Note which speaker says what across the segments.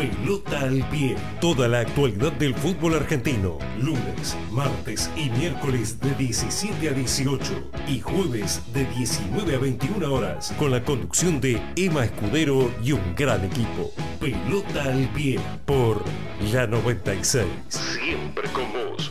Speaker 1: Pelota al pie. Toda la actualidad del fútbol argentino. Lunes, martes y miércoles de 17 a 18 y jueves de 19 a 21 horas con la conducción de Emma Escudero y un gran equipo. Pelota al pie por la 96. Siempre con vos.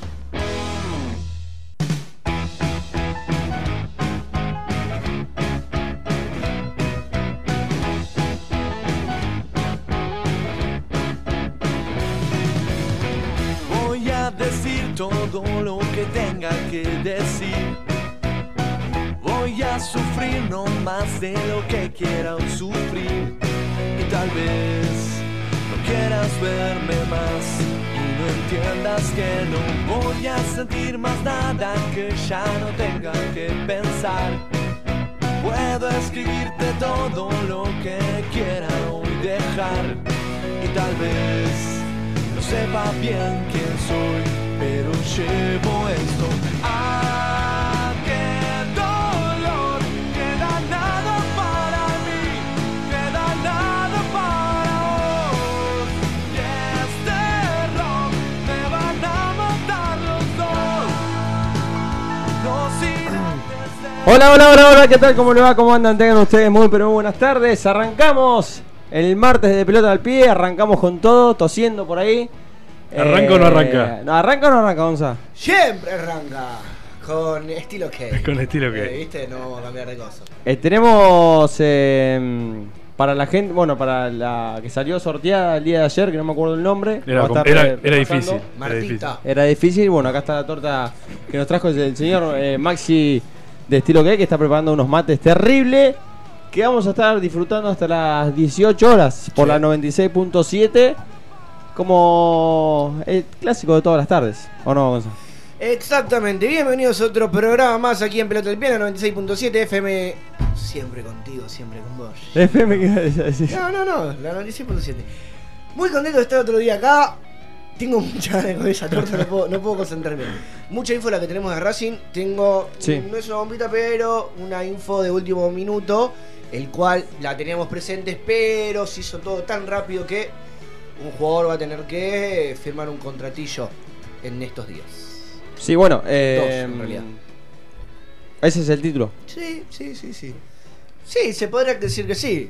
Speaker 2: Voy a decir todo lo que tenga que decir. Voy a sufrir no más de lo que quieran sufrir. Y tal vez no quieras verme más. Y no entiendas que no voy a sentir más nada que ya no tenga que pensar. Puedo escribirte todo lo que quiera hoy dejar. Y tal vez no sepa bien quién soy, pero llevo esto. ¡Ah, qué dolor! Queda nada para mí, queda nada para vos. Y este rock me van a matar los dos. No sin
Speaker 3: Hola, hola, hola, hola, ¿qué tal? ¿Cómo le va? ¿Cómo andan? Tengan ustedes muy, pero muy buenas tardes. Arrancamos el martes de pelota al pie, arrancamos con todo, tosiendo por ahí. Eh,
Speaker 4: ¿Arranca o no arranca?
Speaker 3: No, arranca o no arranca, Gonza.
Speaker 5: Siempre arranca con estilo que. Eh,
Speaker 4: Con estilo que.
Speaker 5: ¿Viste? No vamos a cambiar de cosa.
Speaker 3: Eh, tenemos eh, mm, para la gente, bueno, para la que salió sorteada el día de ayer, que no me acuerdo el nombre.
Speaker 4: Era,
Speaker 3: Vamos a
Speaker 4: com-
Speaker 3: estar
Speaker 4: era,
Speaker 3: re-
Speaker 4: era
Speaker 3: repasando.
Speaker 4: difícil. Era difícil.
Speaker 5: Martita.
Speaker 3: Era difícil, bueno, acá está la torta que nos trajo el señor eh, Maxi de estilo que, que está preparando unos mates terribles que vamos a estar disfrutando hasta las 18 horas por la 96.7 como el clásico de todas las tardes, ¿o no, Gonzalo?
Speaker 5: Exactamente, bienvenidos a otro programa más aquí en Pelota del Piano 96.7 FM. Siempre contigo, siempre con vos.
Speaker 3: FM que iba a decir.
Speaker 5: No, no, no, la 96.7. Muy contento de estar otro día acá. Tengo mucha ganas con esa torta, no puedo, no puedo concentrarme. Mucha info la que tenemos de Racing. Tengo,
Speaker 3: Sí.
Speaker 5: no es una bombita, pero una info de último minuto, el cual la teníamos presente, pero se hizo todo tan rápido que un jugador va a tener que firmar un contratillo en estos días.
Speaker 3: Sí, bueno, eh,
Speaker 5: Dos, en realidad.
Speaker 3: ese es el título.
Speaker 5: Sí, sí, sí, sí. Sí, se podría decir que sí.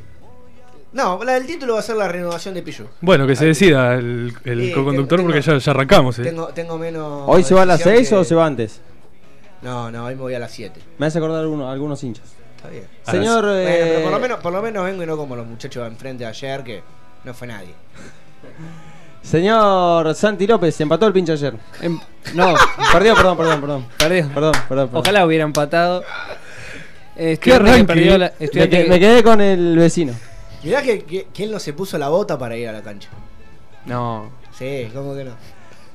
Speaker 5: No, la del título va a ser la renovación de Pichu.
Speaker 4: Bueno, que se decida el, el
Speaker 5: Sí,
Speaker 4: co-conductor
Speaker 5: Eh, tengo-
Speaker 4: porque ya,
Speaker 5: tengo-
Speaker 4: ya arrancamos. ¿eh?
Speaker 5: Tengo, tengo menos.
Speaker 3: ¿Hoy se va a las
Speaker 5: decisión
Speaker 3: 6 o
Speaker 5: que-
Speaker 3: se va antes?
Speaker 5: No, no, hoy me voy a las 7.
Speaker 3: Me hace acordar algunos, algunos hinchas.
Speaker 5: Está bien.
Speaker 4: A
Speaker 3: Señor...
Speaker 5: Bueno, pero por lo,
Speaker 3: eh,
Speaker 5: menos, por lo menos vengo y no como los muchachos de enfrente de ayer, que no fue nadie.
Speaker 3: Señor Santi López, empató el pinche ayer.
Speaker 6: Em- no,
Speaker 3: Perdió, perdón, perdón, perdón.
Speaker 6: perdió.
Speaker 3: Perdón, perdón, perdón.
Speaker 6: Ojalá hubiera empatado. Eh,
Speaker 4: Qué
Speaker 6: estudiante que
Speaker 4: arranque,
Speaker 6: perdió la-
Speaker 4: eh.
Speaker 3: Me,
Speaker 6: estudiante
Speaker 3: que-
Speaker 6: que-
Speaker 3: me quedé con el vecino.
Speaker 5: Mirá que, que- que él no se puso la bota para ir a la cancha.
Speaker 6: No.
Speaker 5: Sí, ¿cómo que no?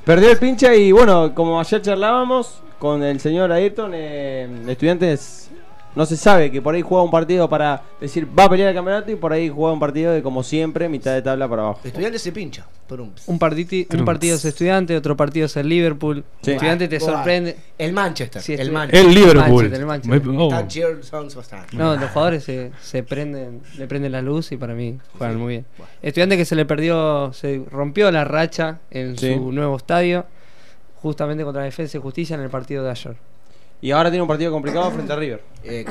Speaker 3: Perdió el pinche y bueno, como ayer charlábamos con el señor Ayrton, eh, estudiantes no se sabe que por ahí juega un partido para decir va a pelear el campeonato y por ahí juega un partido de como siempre, mitad de tabla para abajo.
Speaker 5: Estudiante se pincha por un.
Speaker 6: Un, partiti- un
Speaker 4: Trunks.
Speaker 6: partido es estudiante, otro partido es el Liverpool.
Speaker 3: Sí.
Speaker 6: Estudiante te
Speaker 5: Vos vas.
Speaker 6: sorprende.
Speaker 5: El Manchester.
Speaker 6: Sí,
Speaker 5: el
Speaker 6: estoy-
Speaker 5: Manchester.
Speaker 4: El Liverpool.
Speaker 6: Manchester, el Manchester.
Speaker 4: Me- oh.
Speaker 5: Está Cheer Songs bastante.
Speaker 6: No, los jugadores se, se prenden, le prenden la luz y para mí juegan muy bien. Estudiante que se le perdió, se rompió la racha en
Speaker 3: Sí.
Speaker 6: su nuevo estadio, justamente contra la Defensa y Justicia en el partido de ayer.
Speaker 3: Y ahora tiene un partido complicado frente a River.
Speaker 5: Eh,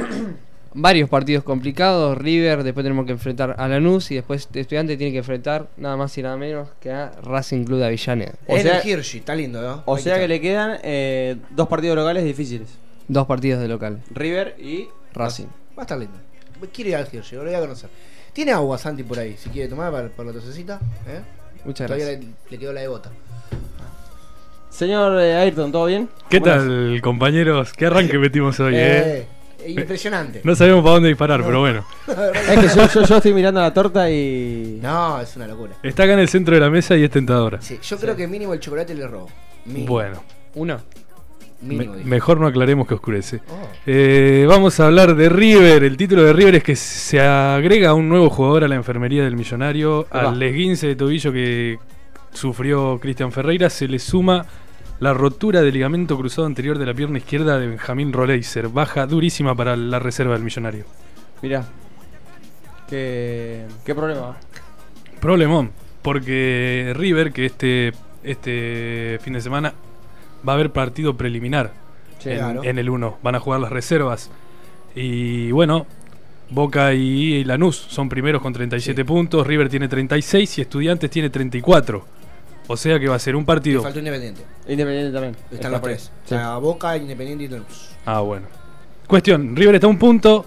Speaker 6: Varios partidos complicados, River, después tenemos que enfrentar a Lanús y después Estudiante tiene que enfrentar nada más y nada menos que a Racing Club de Avellaneda.
Speaker 3: O
Speaker 5: en
Speaker 3: sea-
Speaker 5: el Hirschi, está lindo, ¿no?
Speaker 3: O
Speaker 5: Hay
Speaker 3: sea que
Speaker 5: estar.
Speaker 3: le quedan eh, dos partidos locales difíciles.
Speaker 6: Dos partidos de local.
Speaker 3: River y...
Speaker 6: Racing.
Speaker 5: Va a estar lindo. Quiero ir al Hirschi, lo voy a conocer. Tiene agua Santi por ahí, si quiere tomar para, para la tosecita. ¿eh?
Speaker 6: Muchas
Speaker 5: Todavía
Speaker 6: gracias.
Speaker 5: le, le quedó la de bota.
Speaker 3: Señor eh, Ayrton, ¿todo bien?
Speaker 4: ¿Qué
Speaker 3: Buenas.
Speaker 4: tal, compañeros? ¿Qué arranque metimos hoy? Eh?
Speaker 5: Eh, impresionante.
Speaker 4: No sabemos para dónde disparar, pero bueno.
Speaker 3: Es que yo, yo- yo estoy mirando la torta y...
Speaker 5: No, es una locura.
Speaker 4: Está acá en el centro de la mesa y es tentadora.
Speaker 5: Sí, yo creo que mínimo el chocolate le robo. Mínimo,
Speaker 4: Bueno,
Speaker 6: Uno.
Speaker 5: mínimo.
Speaker 4: me-
Speaker 5: digo.
Speaker 4: mejor no aclaremos que oscurece.
Speaker 5: Oh.
Speaker 4: Eh, vamos a hablar de River. El título de River es que se agrega un nuevo jugador a la enfermería del millonario.
Speaker 3: Ahí va.
Speaker 4: Al esguince de tobillo que sufrió Cristian Ferreira se le suma la rotura del ligamento cruzado anterior de la pierna izquierda de Benjamín Roleiser. Baja durísima para la reserva del millonario.
Speaker 3: Mirá. ¿Qué, qué problema?
Speaker 4: Problemón. Porque River, que este, este fin de semana va a haber partido preliminar
Speaker 5: Sí,
Speaker 4: en,
Speaker 5: claro.
Speaker 4: en el 1. Van a jugar las reservas. Y bueno, Boca y Lanús son primeros con 37 puntos. River tiene 36 y Estudiantes tiene 34. O sea que va a ser un
Speaker 5: Le
Speaker 4: partido.
Speaker 5: faltó Independiente.
Speaker 3: Independiente también.
Speaker 5: Están los tres. Ah.
Speaker 3: Sí.
Speaker 5: O sea, Boca, Independiente y Lanús.
Speaker 4: Ah, bueno. Cuestión, River está a un punto,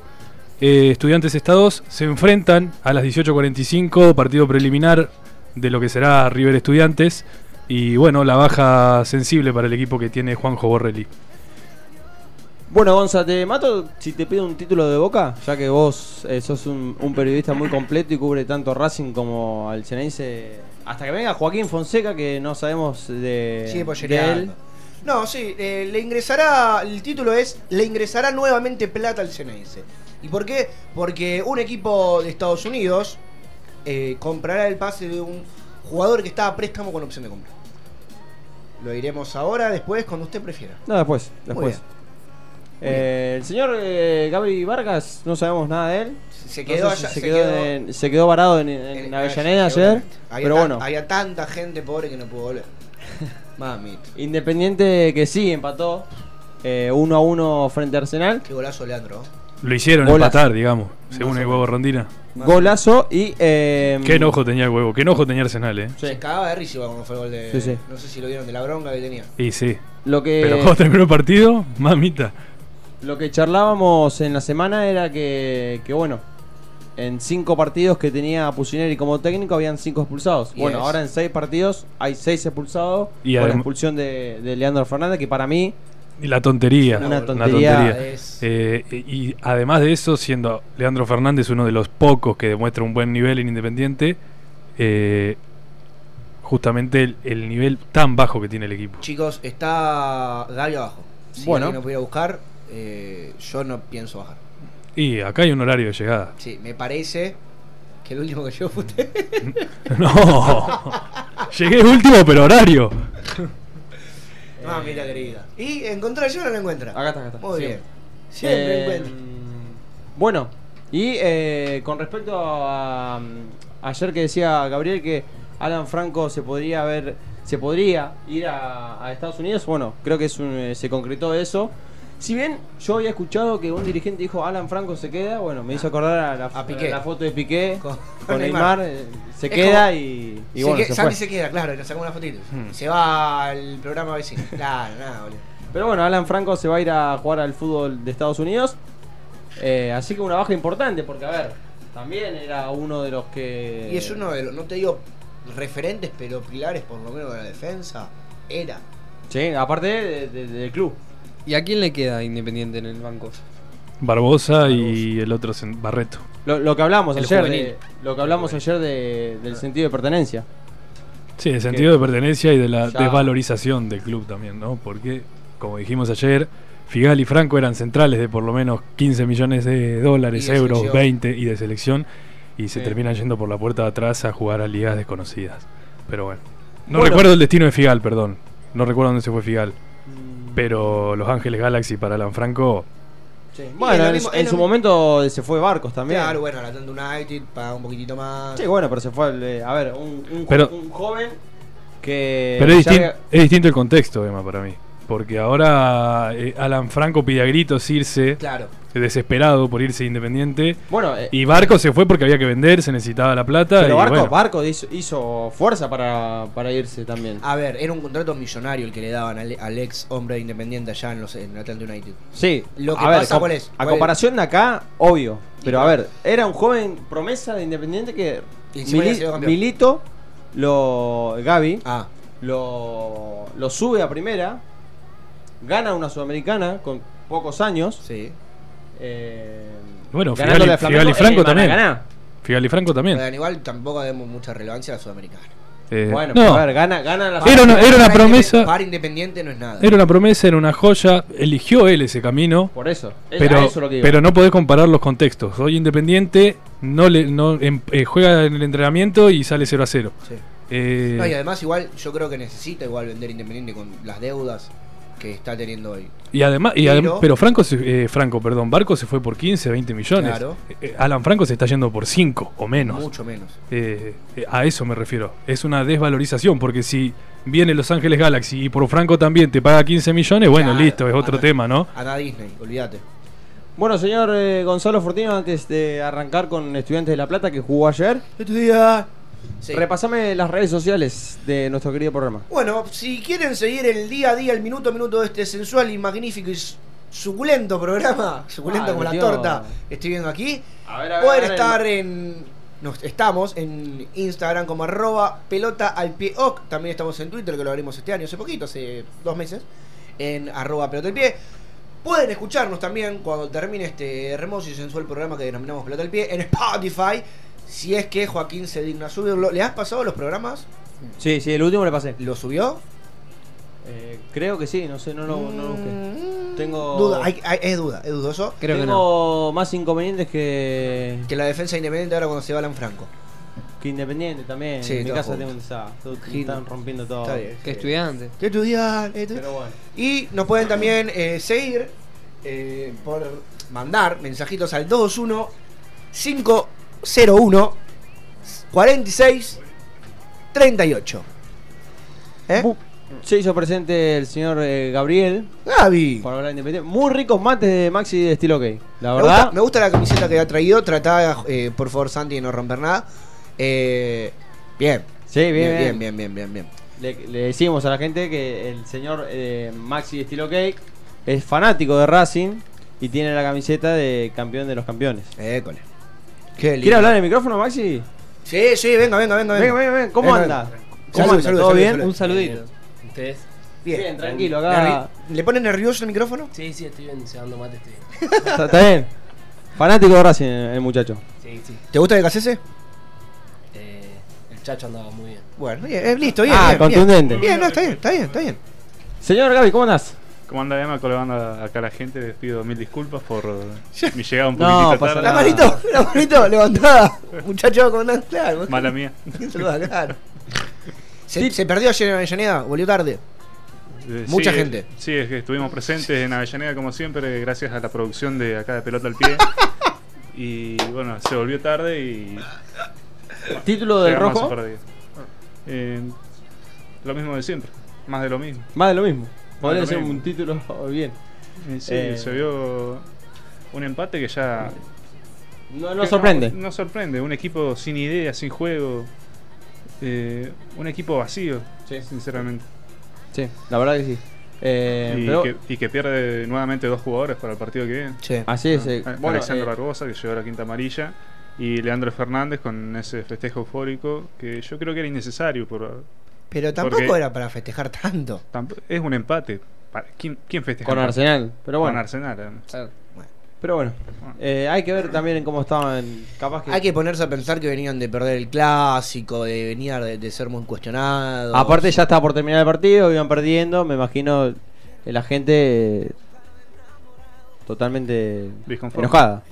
Speaker 4: eh, Estudiantes está a dos, se enfrentan a las 18.45, partido preliminar de lo que será River Estudiantes, y bueno, la baja sensible para el equipo que tiene Juanjo Borrelli.
Speaker 3: Bueno, Gonza, te mato si te pido un título de boca, ya que vos eh, sos un, un periodista muy completo y cubre tanto Racing como al Ceneice. Hasta que venga Joaquín Fonseca, que no sabemos de,
Speaker 5: Sigue
Speaker 3: de él.
Speaker 5: pollereando. No, sí, eh, le ingresará, el título es, le ingresará nuevamente plata al Ceneice. ¿Y por qué? Porque un equipo de Estados Unidos eh, comprará el pase de un jugador que está a préstamo con opción de compra. Lo iremos ahora, después, cuando usted prefiera.
Speaker 3: No, después,
Speaker 5: Muy
Speaker 3: después.
Speaker 5: bien.
Speaker 3: Eh, el señor eh, Gaby Vargas, no sabemos nada de él.
Speaker 5: Se
Speaker 3: No
Speaker 5: quedó
Speaker 3: sé si
Speaker 5: allá,
Speaker 3: se, quedó en- se quedó varado en, en
Speaker 5: en-
Speaker 3: Avellaneda ayer.
Speaker 5: seguramente. Había
Speaker 3: Pero
Speaker 5: tan-
Speaker 3: bueno,
Speaker 5: Había tanta gente pobre que no pudo volver. Mamita.
Speaker 3: Independiente que sí empató eh, uno a uno frente a Arsenal.
Speaker 5: Qué golazo, Leandro.
Speaker 4: Lo hicieron
Speaker 3: Golazo.
Speaker 4: empatar, digamos, según
Speaker 5: Más
Speaker 4: el
Speaker 5: o
Speaker 4: huevo Rondina.
Speaker 3: Golazo y. eh,
Speaker 4: Qué enojo tenía el huevo, qué enojo tenía Arsenal, eh.
Speaker 3: sí,
Speaker 5: Se cagaba de risa igual cuando fue el gol de.
Speaker 3: Sí, sí.
Speaker 5: No sé si lo vieron de la bronca que tenía.
Speaker 4: Y
Speaker 3: Eh.
Speaker 4: sí.
Speaker 3: Lo que,
Speaker 4: Pero cuando terminó el partido, mamita.
Speaker 3: lo que charlábamos en la semana era que, que, bueno, en cinco partidos que tenía Pucineri como técnico habían cinco expulsados.
Speaker 5: Y
Speaker 3: Bueno,
Speaker 5: es.
Speaker 3: ahora en seis partidos hay seis expulsados
Speaker 4: Y
Speaker 3: con la
Speaker 4: adem-
Speaker 3: expulsión de, de Leandro Fernández, que para mí
Speaker 4: Y la tontería.
Speaker 3: Una
Speaker 5: Ah,
Speaker 3: tontería.
Speaker 5: es-
Speaker 4: Eh, y y además de eso, siendo Leandro Fernández uno de los pocos que demuestra un buen nivel en Independiente, eh, justamente el, el nivel tan bajo que tiene el equipo.
Speaker 5: Chicos, está Gaby abajo. Si
Speaker 3: Bueno.
Speaker 5: alguien no pudiera buscar, eh, yo no pienso bajar.
Speaker 4: Y acá hay un horario de llegada.
Speaker 5: Sí, me parece que el último que llegó fue usted.
Speaker 4: No, llegué último, pero horario.
Speaker 5: Mamita querida. Y encontró yo no lo encuentra.
Speaker 3: Acá está, acá está.
Speaker 5: Muy
Speaker 3: Sí.
Speaker 5: bien. Siempre
Speaker 3: Eh,
Speaker 5: encuentra.
Speaker 3: Bueno, y eh, con respecto a mm, ayer que decía Gabriel que Alan Franco se podría haber, se podría ir a, a Estados Unidos, bueno, creo que es un, eh, se concretó eso. Si bien yo había escuchado que un dirigente dijo Alan Franco se queda, bueno, me hizo acordar a la,
Speaker 5: A Piqué.
Speaker 3: la foto de Piqué
Speaker 5: Con-
Speaker 3: con,
Speaker 5: con Neymar.
Speaker 3: Neymar, eh, se
Speaker 5: Es
Speaker 3: queda
Speaker 5: como-
Speaker 3: y, y
Speaker 5: Se
Speaker 3: bueno,
Speaker 5: que-
Speaker 3: se
Speaker 5: Santi
Speaker 3: fue.
Speaker 5: se queda, claro, le sacamos una fotito.
Speaker 4: Hmm.
Speaker 5: Se va al programa vecino. Claro, nada, boludo.
Speaker 3: Pero bueno, Alan Franco se va a ir a jugar al fútbol de Estados Unidos. Eh, así que una baja importante, porque a ver, también era uno de los que.
Speaker 5: Y es uno de los, no te digo referentes, pero pilares por lo menos de la defensa. Era.
Speaker 3: Sí, aparte de- de- del club.
Speaker 6: ¿Y a quién le queda Independiente en el banco?
Speaker 4: Barbosa y el otro sen- Barreto.
Speaker 3: Lo, lo que hablamos
Speaker 6: El
Speaker 3: ayer,
Speaker 6: juvenil.
Speaker 3: de, lo que hablamos ayer de- del sentido de pertenencia.
Speaker 4: Sí, el sentido de pertenencia y de la
Speaker 3: Ya.
Speaker 4: desvalorización del club también, ¿no? Porque, como dijimos ayer, Figal y Franco eran centrales de por lo menos 15 millones de
Speaker 5: Y
Speaker 4: dólares,
Speaker 5: de
Speaker 4: euros,
Speaker 5: selección.
Speaker 4: 20 y de selección, y se
Speaker 3: Sí.
Speaker 4: terminan yendo por la puerta de atrás a jugar a ligas desconocidas. Pero bueno. No
Speaker 3: Bueno.
Speaker 4: recuerdo el destino de Figal, perdón. No recuerdo dónde se fue Figal.
Speaker 3: Mm.
Speaker 4: Pero Los Ángeles Galaxy para Alan Franco,
Speaker 5: Y es
Speaker 3: Bueno,
Speaker 5: lo
Speaker 3: en,
Speaker 5: mismo-
Speaker 3: en
Speaker 5: es lo
Speaker 3: su
Speaker 5: mismo.
Speaker 3: momento se fue Barcos también.
Speaker 5: Claro, bueno, la Atlanta United paga un poquitito más.
Speaker 3: Sí, bueno, pero se fue. al, eh, a ver, un, un jo-
Speaker 4: Pero-
Speaker 3: un joven que.
Speaker 4: Pero es,
Speaker 3: Eh, ya
Speaker 4: distin-
Speaker 3: había-
Speaker 4: es distinto el contexto, Emma, para mí. Porque ahora eh, Alan Franco pide a gritos irse,
Speaker 5: Claro.
Speaker 4: desesperado por irse independiente.
Speaker 3: Bueno, eh,
Speaker 4: Y Barco se fue porque había que vender, se necesitaba la plata.
Speaker 3: pero
Speaker 4: y
Speaker 3: Barcos,
Speaker 4: bueno.
Speaker 3: Barcos hizo, hizo fuerza para, para irse también.
Speaker 5: A ver, era un contrato millonario el que le daban al, al ex hombre independiente allá en, los, en Atlanta United.
Speaker 3: Sí,
Speaker 5: Lo que
Speaker 3: a ver,
Speaker 5: pasa,
Speaker 3: com-
Speaker 5: ¿cuál es?
Speaker 3: A
Speaker 5: ¿Cuál
Speaker 3: comparación de acá, obvio. Pero a
Speaker 5: cuál?
Speaker 3: ver, era un joven promesa de Independiente que
Speaker 5: Y encima había
Speaker 3: Mili-
Speaker 5: sido campeón.
Speaker 3: Milito, lo Gaby,
Speaker 5: Ah,
Speaker 3: lo, lo sube a primera, gana una sudamericana con pocos años.
Speaker 5: sí.
Speaker 3: eh,
Speaker 4: Bueno,
Speaker 3: ganándole
Speaker 4: Figali-
Speaker 3: a Flamengo Eh,
Speaker 4: Figali
Speaker 3: en
Speaker 4: Franco también.
Speaker 3: Maracaná.
Speaker 4: Figal y Franco también.
Speaker 5: Pero igual tampoco demos mucha relevancia a la Sudamericana.
Speaker 4: Eh,
Speaker 3: Bueno,
Speaker 4: no,
Speaker 3: pero a ver, gana, gana la
Speaker 4: Era una- era una
Speaker 5: Para
Speaker 4: promesa.
Speaker 5: indepe- Para independiente no es nada.
Speaker 4: era una promesa, era una joya. Eligió él ese camino.
Speaker 3: Por eso. Es-
Speaker 4: Pero,
Speaker 3: a eso lo que digo.
Speaker 4: pero no podés comparar los contextos. Hoy Independiente no le, no, em- eh, juega en el entrenamiento y sale 0 a 0.
Speaker 5: Sí.
Speaker 4: Eh,
Speaker 5: No, y además igual yo creo que necesita igual vender independiente con las deudas que está teniendo hoy.
Speaker 4: Y además, y adem- pero,
Speaker 5: Pero-
Speaker 4: Franco, se- eh, Franco, perdón, Barco se fue por 15, 20 millones.
Speaker 5: Claro.
Speaker 4: Eh, eh, Alan Franco se está yendo por 5 o menos.
Speaker 5: Mucho menos.
Speaker 4: Eh, eh, a eso me refiero. Es una desvalorización, porque si viene Los Ángeles Galaxy y por Franco también te paga 15 millones, bueno,
Speaker 5: Claro.
Speaker 4: listo, es otro
Speaker 5: Ah,
Speaker 4: tema, ¿no?
Speaker 5: Anda a Disney, olvídate.
Speaker 3: Bueno, señor eh, Gonzalo Fortino, antes de arrancar con Estudiantes de La Plata que jugó ayer,
Speaker 5: Sí.
Speaker 3: repasame las redes sociales de nuestro querido programa.
Speaker 5: Bueno, si quieren seguir el día a día, el minuto a minuto de este sensual y magnífico y su- suculento programa,
Speaker 3: Ah,
Speaker 5: suculento como la
Speaker 3: metió-
Speaker 5: torta que estoy viendo aquí,
Speaker 3: A ver,
Speaker 5: pueden estar en... Nos, estamos en Instagram como arroba pelota al pie ok. También estamos en Twitter, que lo abrimos este año, hace poquito, hace dos meses, en arroba pelota al pie. Pueden escucharnos también cuando termine este hermoso y sensual programa que denominamos pelota al pie en Spotify. Si es que Joaquín se digna a subirlo. ¿Le has pasado los programas?
Speaker 3: Sí, sí, el último le pasé.
Speaker 5: ¿Lo subió?
Speaker 3: Eh, creo que sí, no sé, no lo, no lo busqué.
Speaker 5: Mm,
Speaker 3: Tengo-
Speaker 5: Duda, hay- hay- es duda, es dudoso.
Speaker 6: Creo que no.
Speaker 3: Tengo más inconvenientes que,
Speaker 5: Que la defensa independiente ahora cuando se va Alan Franco.
Speaker 3: que Independiente también.
Speaker 5: Sí,
Speaker 3: en mi
Speaker 5: todo
Speaker 3: casa
Speaker 5: junto.
Speaker 3: tengo un desastre.
Speaker 5: Gil.
Speaker 3: Están rompiendo todo.
Speaker 5: Está bien.
Speaker 6: Que estudiante.
Speaker 5: Que estudiar, eh, tu-
Speaker 3: Pero bueno.
Speaker 5: Y nos pueden también eh, seguir eh, por mandar mensajitos al 221 501 46 38. ¿Eh?
Speaker 3: Bu- Se hizo presente el señor eh, Gabriel
Speaker 5: Gaby.
Speaker 3: para hablar de Independiente. Muy ricos mates de Maxi de estilo gay. La
Speaker 5: Me gusta,
Speaker 3: verdad.
Speaker 5: me gusta la camiseta que ha traído. Tratá, eh, por favor, Santi, de no romper nada. Eh, bien.
Speaker 3: Sí, bien, bien.
Speaker 5: bien, bien, bien, bien, bien.
Speaker 3: Le, le decimos a la gente que el señor eh, Maxi de estilo gay es fanático de Racing y tiene la camiseta de campeón de los campeones.
Speaker 5: École. Qué lindo.
Speaker 3: ¿Quiere hablar en el micrófono, Maxi?
Speaker 5: Sí, sí, venga, venga, venga.
Speaker 3: Venga, venga, venga. ¿Cómo
Speaker 5: Venga,
Speaker 3: anda?
Speaker 5: venga.
Speaker 3: ¿Cómo
Speaker 5: Salud,
Speaker 3: anda?
Speaker 5: salud,
Speaker 3: ¿Todo
Speaker 5: salud,
Speaker 3: bien?
Speaker 5: salud.
Speaker 6: Un saludito.
Speaker 7: ¿Ustedes?
Speaker 3: Bien, tranquilo, acá.
Speaker 5: Nervi- ¿Le pone nervioso el micrófono?
Speaker 7: Sí, sí, estoy bien, se dando mate, estoy bien.
Speaker 3: ¿Está, está bien? Fanático de Racing, el muchacho.
Speaker 7: Sí, sí.
Speaker 5: ¿Te gusta que casese?
Speaker 7: Eh, el chacho andaba muy bien.
Speaker 5: Bueno, bien, eh, listo, bien.
Speaker 3: Ah,
Speaker 5: bien,
Speaker 3: contundente.
Speaker 5: Bien, Bien, no, está bien, está bien, está bien.
Speaker 3: Señor Gaby, ¿cómo andás?
Speaker 8: ¿Cómo anda Emma? Colgando acá la gente, les pido mil disculpas por eh, mi llegada un
Speaker 3: No,
Speaker 8: poquitito
Speaker 3: pasa
Speaker 8: tarde.
Speaker 5: La
Speaker 3: nada.
Speaker 5: manito, la manito levantada. Muchacho, ¿cómo andás? Claro.
Speaker 8: Mala mía.
Speaker 5: Saluda, claro. Se, se perdió ayer en Avellaneda, volvió tarde.
Speaker 8: Eh,
Speaker 5: Mucha
Speaker 8: sí,
Speaker 5: gente.
Speaker 8: Sí, es que estuvimos presentes en Avellaneda como siempre, gracias a la producción de acá de Pelota al Pie. y bueno, se volvió tarde y...
Speaker 3: Título del
Speaker 8: llegamos
Speaker 3: rojo.
Speaker 8: a super día. Eh, lo mismo de siempre, más de lo mismo.
Speaker 3: Más de lo mismo. Podría
Speaker 8: lo
Speaker 3: ser
Speaker 8: mismo.
Speaker 3: un título bien.
Speaker 8: Eh, sí,
Speaker 3: Eh.
Speaker 8: se vio un empate que ya...
Speaker 3: No,
Speaker 8: que
Speaker 3: no sorprende.
Speaker 8: No, sorprende, un equipo sin idea, sin juego. eh, un equipo vacío, sinceramente.
Speaker 3: Sí, la verdad que sí. Eh,
Speaker 8: y,
Speaker 3: pero
Speaker 8: que, y que pierde nuevamente dos jugadores para el partido que viene.
Speaker 5: Che.
Speaker 3: así es. eh,
Speaker 8: Ah,
Speaker 3: bueno,
Speaker 8: Alexander
Speaker 3: eh,
Speaker 8: Barbosa, que llegó a la quinta amarilla, y Leandro Fernández con ese festejo eufórico que yo creo que era innecesario. Por,
Speaker 5: Pero tampoco
Speaker 8: Porque-
Speaker 5: era para festejar tanto.
Speaker 8: tamp- es un empate. Para- ¿Quién, quién festeja?
Speaker 3: con
Speaker 8: un empate?
Speaker 3: Arsenal. Pero
Speaker 8: Con
Speaker 3: bueno.
Speaker 8: Arsenal. eh. además.
Speaker 3: Pero bueno. Eh, hay que ver también en cómo estaban. Capaz que.
Speaker 5: Hay que ponerse a pensar que venían de perder el clásico, de venir de, de ser muy cuestionados.
Speaker 3: Aparte, ya estaba por terminar el partido, iban perdiendo. Me imagino eh, la gente. eh, Totalmente.
Speaker 8: Disconforme.
Speaker 3: Enojada.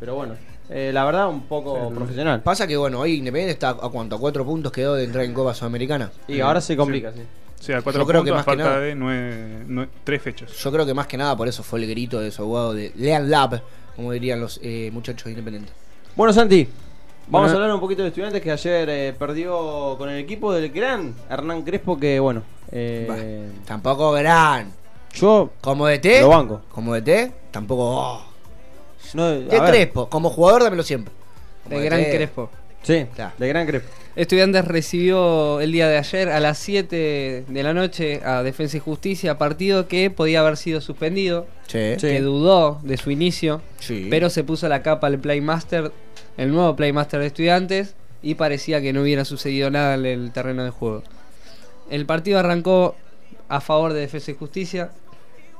Speaker 3: Pero bueno. eh, la verdad, un poco profesional.
Speaker 5: Pasa que, bueno, hoy Independiente está a cuánto, a cuatro puntos quedó de entrar en Copa Sudamericana.
Speaker 3: Y ahora se complica, sí.
Speaker 8: O sea, cuatro
Speaker 5: Yo creo que
Speaker 8: puntos a
Speaker 5: más que
Speaker 8: falta
Speaker 5: nada.
Speaker 8: de nueve, nue- tres fechas.
Speaker 5: Yo creo que más que nada por eso fue el grito de desahogado de Lean Lab, como dirían los eh, muchachos independientes.
Speaker 3: Bueno, Santi, vamos
Speaker 8: Bueno.
Speaker 3: a hablar un poquito de estudiantes que ayer eh, perdió con el equipo del gran Hernán Crespo, que bueno, eh,
Speaker 5: Bah, tampoco verán.
Speaker 3: yo
Speaker 5: Como de té.
Speaker 3: lo banco.
Speaker 5: Como de té, tampoco. oh.
Speaker 3: No, a
Speaker 5: Té
Speaker 3: ver,
Speaker 5: Crespo, como jugador dámelo siempre. Como
Speaker 6: De Gran
Speaker 5: té.
Speaker 6: Crespo.
Speaker 3: Sí,
Speaker 5: Claro.
Speaker 3: de gran Crespo.
Speaker 6: Estudiantes recibió el día de ayer a las 7 de la noche a Defensa y Justicia, partido que podía haber sido suspendido,
Speaker 5: Che.
Speaker 3: Sí.
Speaker 6: que dudó de su inicio,
Speaker 5: Sí.
Speaker 6: pero se puso la capa al Playmaster, el nuevo Playmaster de Estudiantes, y parecía que no hubiera sucedido nada en el terreno de juego. El partido arrancó a favor de Defensa y Justicia,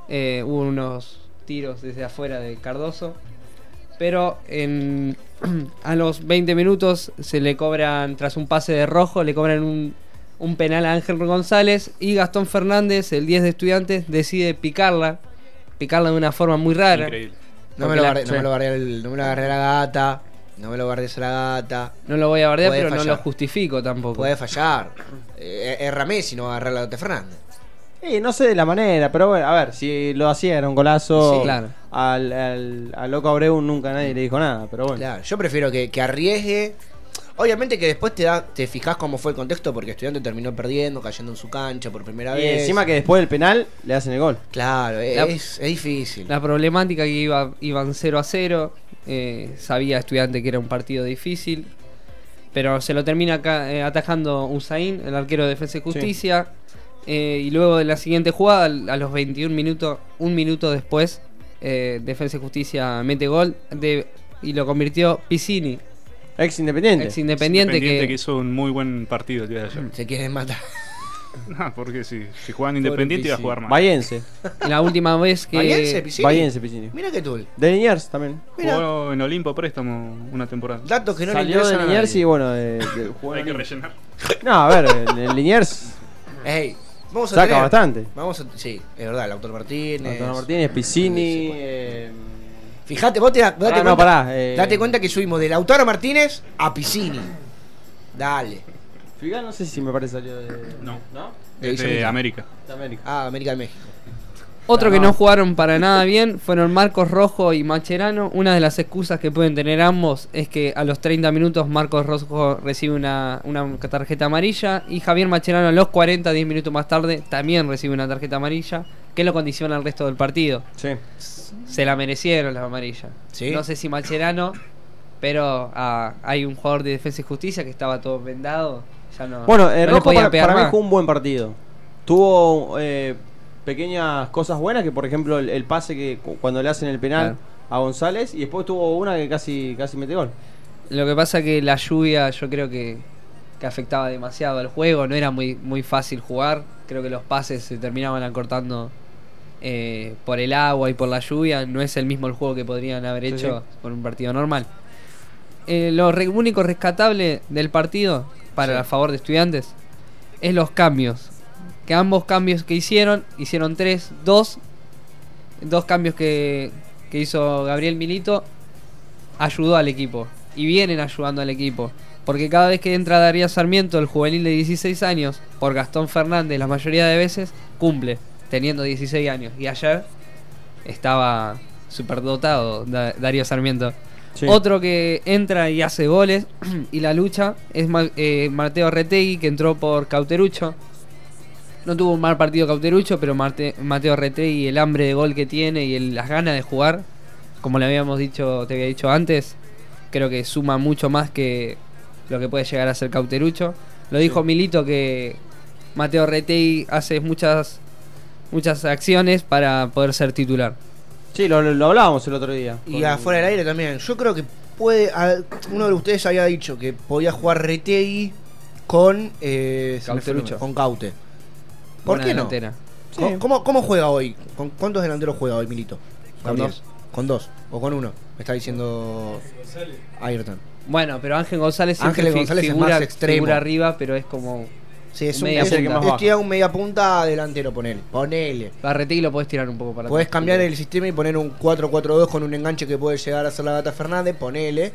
Speaker 6: eh, hubo unos tiros desde afuera de Cardoso, pero en- a los 20 minutos se le cobran, tras un pase de rojo, le cobran un, un penal a Ángel González y Gastón Fernández, el 10 de estudiantes, decide picarla, picarla de una forma muy rara.
Speaker 8: Increíble.
Speaker 5: No me, lo barde- no me lo bardeé el- no me lo agarré la gata. No me lo bardees a la gata.
Speaker 6: No lo voy a bardear,
Speaker 5: Puede
Speaker 6: pero no
Speaker 5: fallar.
Speaker 6: lo justifico tampoco.
Speaker 5: eh, Puede fallar. Eh, erra Messi, no va a agarrar la gata de Fernández.
Speaker 3: Y no sé de la manera, pero bueno, a ver, si lo hacía era un golazo.
Speaker 6: Sí, claro.
Speaker 3: Al, al, al loco Abreu nunca nadie le dijo nada, pero bueno.
Speaker 5: Claro, yo prefiero que, que arriesgue. Obviamente que después te da, te fijas cómo fue el contexto porque estudiante terminó perdiendo, cayendo en su cancha por primera
Speaker 3: Y
Speaker 5: vez.
Speaker 3: encima que después del penal le hacen el gol.
Speaker 5: Claro, es,
Speaker 6: La-
Speaker 5: es difícil.
Speaker 6: La problemática que iba, iban 0 a 0. eh, sabía estudiante que era un partido difícil. Pero se lo termina ca- eh, atajando Usain, el arquero de Defensa y Justicia. eh, y luego de la siguiente jugada, al- a los 21 minutos, un minuto después, eh, Defensa y Justicia mete gol de- y lo convirtió Piscini,
Speaker 3: Ex independiente.
Speaker 6: ex independiente.
Speaker 8: Independiente
Speaker 6: Que,
Speaker 8: que... hizo un muy buen partido el día de ayer.
Speaker 5: Se quieren matar.
Speaker 8: No, porque si, si jugaban Independiente iba a jugar más.
Speaker 3: Vallense.
Speaker 6: la última vez que.
Speaker 5: Valiense, Piscini.
Speaker 3: Vallense, Pichini.
Speaker 5: Mira que tú.
Speaker 3: De Liniers también.
Speaker 5: Mira,
Speaker 8: Jugó en Olimpo préstamo una temporada.
Speaker 5: datos que no le
Speaker 3: Salió de
Speaker 5: interesan a
Speaker 3: Liniers y
Speaker 5: nadie.
Speaker 3: bueno, de- de- jugó en
Speaker 8: Hay que
Speaker 3: Olimpo.
Speaker 8: rellenar.
Speaker 3: No, a ver, el, el Liniers
Speaker 5: Ey, vamos a
Speaker 3: saca
Speaker 5: tener-
Speaker 3: bastante.
Speaker 5: Vamos a, sí, es verdad, el autor Martínez.
Speaker 3: Antonio Martínez, Piscini.
Speaker 5: Sí, sí.
Speaker 3: eh,
Speaker 5: Fijate, vos te da- date
Speaker 3: Ah, no,
Speaker 5: cuenta,
Speaker 3: pará, eh.
Speaker 5: date cuenta que subimos del Lautaro Martínez a Piscini. Dale.
Speaker 3: Figal, no sé si me parece salió de.
Speaker 8: No.
Speaker 3: ¿No?
Speaker 5: De
Speaker 8: Es
Speaker 5: Villa
Speaker 8: de
Speaker 5: Militar.
Speaker 8: América.
Speaker 3: De América.
Speaker 5: Ah, América de México.
Speaker 6: Otro que no jugaron para nada bien fueron Marcos Rojo y Macherano. Una de las excusas que pueden tener ambos es que a los 30 minutos Marcos Rojo recibe una, una tarjeta amarilla y Javier Macherano a los 40, 10 minutos más tarde, también recibe una tarjeta amarilla que lo condiciona al resto del partido.
Speaker 3: Sí.
Speaker 6: Se la merecieron las amarillas.
Speaker 5: Sí.
Speaker 6: No sé si Macherano, pero ah, hay un jugador de Defensa y Justicia que estaba todo vendado. Ya no,
Speaker 3: Bueno, eh,
Speaker 6: no le
Speaker 3: Rojo
Speaker 6: podían
Speaker 3: para,
Speaker 6: pegar
Speaker 3: para mí
Speaker 6: más.
Speaker 3: jugó un buen partido. Tuvo eh, pequeñas cosas buenas, que por ejemplo el, el pase que cu- cuando le hacen el penal a González, y después tuvo una que casi, casi mete gol.
Speaker 6: Lo que pasa que la lluvia yo creo que, que afectaba demasiado al juego, no era muy, muy fácil jugar, creo que los pases se terminaban acortando eh, por el agua y por la lluvia, no es el mismo el juego que podrían haber
Speaker 3: Sí,
Speaker 6: hecho con un partido normal. Eh, lo re- único rescatable del partido para a favor de estudiantes es los cambios. Que ambos cambios que hicieron, hicieron tres, dos, dos cambios que, que hizo Gabriel Milito, ayudó al equipo. Y vienen ayudando al equipo. Porque cada vez que entra Darío Sarmiento, el juvenil de 16 años, por Gastón Fernández, la mayoría de veces, cumple, teniendo 16 años. Y ayer estaba superdotado Da- Darío Sarmiento. Otro que entra y hace goles y la lucha es Ma- eh, Mateo Retegui, que entró por Cauterucho. No tuvo un mal partido Cauterucho, pero Marte- Mateo Retegui, el hambre de gol que tiene y el- las ganas de jugar, como le habíamos dicho, te había dicho antes, creo que suma mucho más que lo que puede llegar a ser Cauterucho. Lo dijo Milito que Mateo Retegui hace muchas, muchas acciones para poder ser titular.
Speaker 3: Sí, lo, lo- lo hablábamos el otro día.
Speaker 5: Y
Speaker 3: Con-
Speaker 5: afuera del aire también. Yo creo que puede. a- uno de ustedes había dicho que podía jugar Retegui con. Eh, se me fue el nombre,
Speaker 6: Cauterucho.
Speaker 5: Con Caute. ¿Por
Speaker 6: Buena
Speaker 5: qué no?
Speaker 6: delantera.
Speaker 5: ¿Cómo- ¿Cómo, cómo juega hoy? ¿Con cuántos delanteros juega hoy, Milito?
Speaker 6: Con
Speaker 5: Gabriel.
Speaker 6: dos.
Speaker 5: Con dos. O con uno. Me está diciendo. Ayrton.
Speaker 6: Bueno, pero Ángel González siempre
Speaker 5: Ángel
Speaker 6: fi-
Speaker 5: González es
Speaker 6: figura,
Speaker 5: más extremo.
Speaker 6: figura arriba, pero es como
Speaker 5: Sí, es
Speaker 6: Un
Speaker 5: un,
Speaker 6: media
Speaker 5: es-
Speaker 6: punta.
Speaker 5: es tirar un media punta delantero, ponele. Ponele.
Speaker 6: Barretegui lo podés tirar un poco para
Speaker 5: Podés
Speaker 6: atrás.
Speaker 5: cambiar el sistema y poner un 4-4-2 con un enganche que puede llegar a ser la gata Fernández, ponele.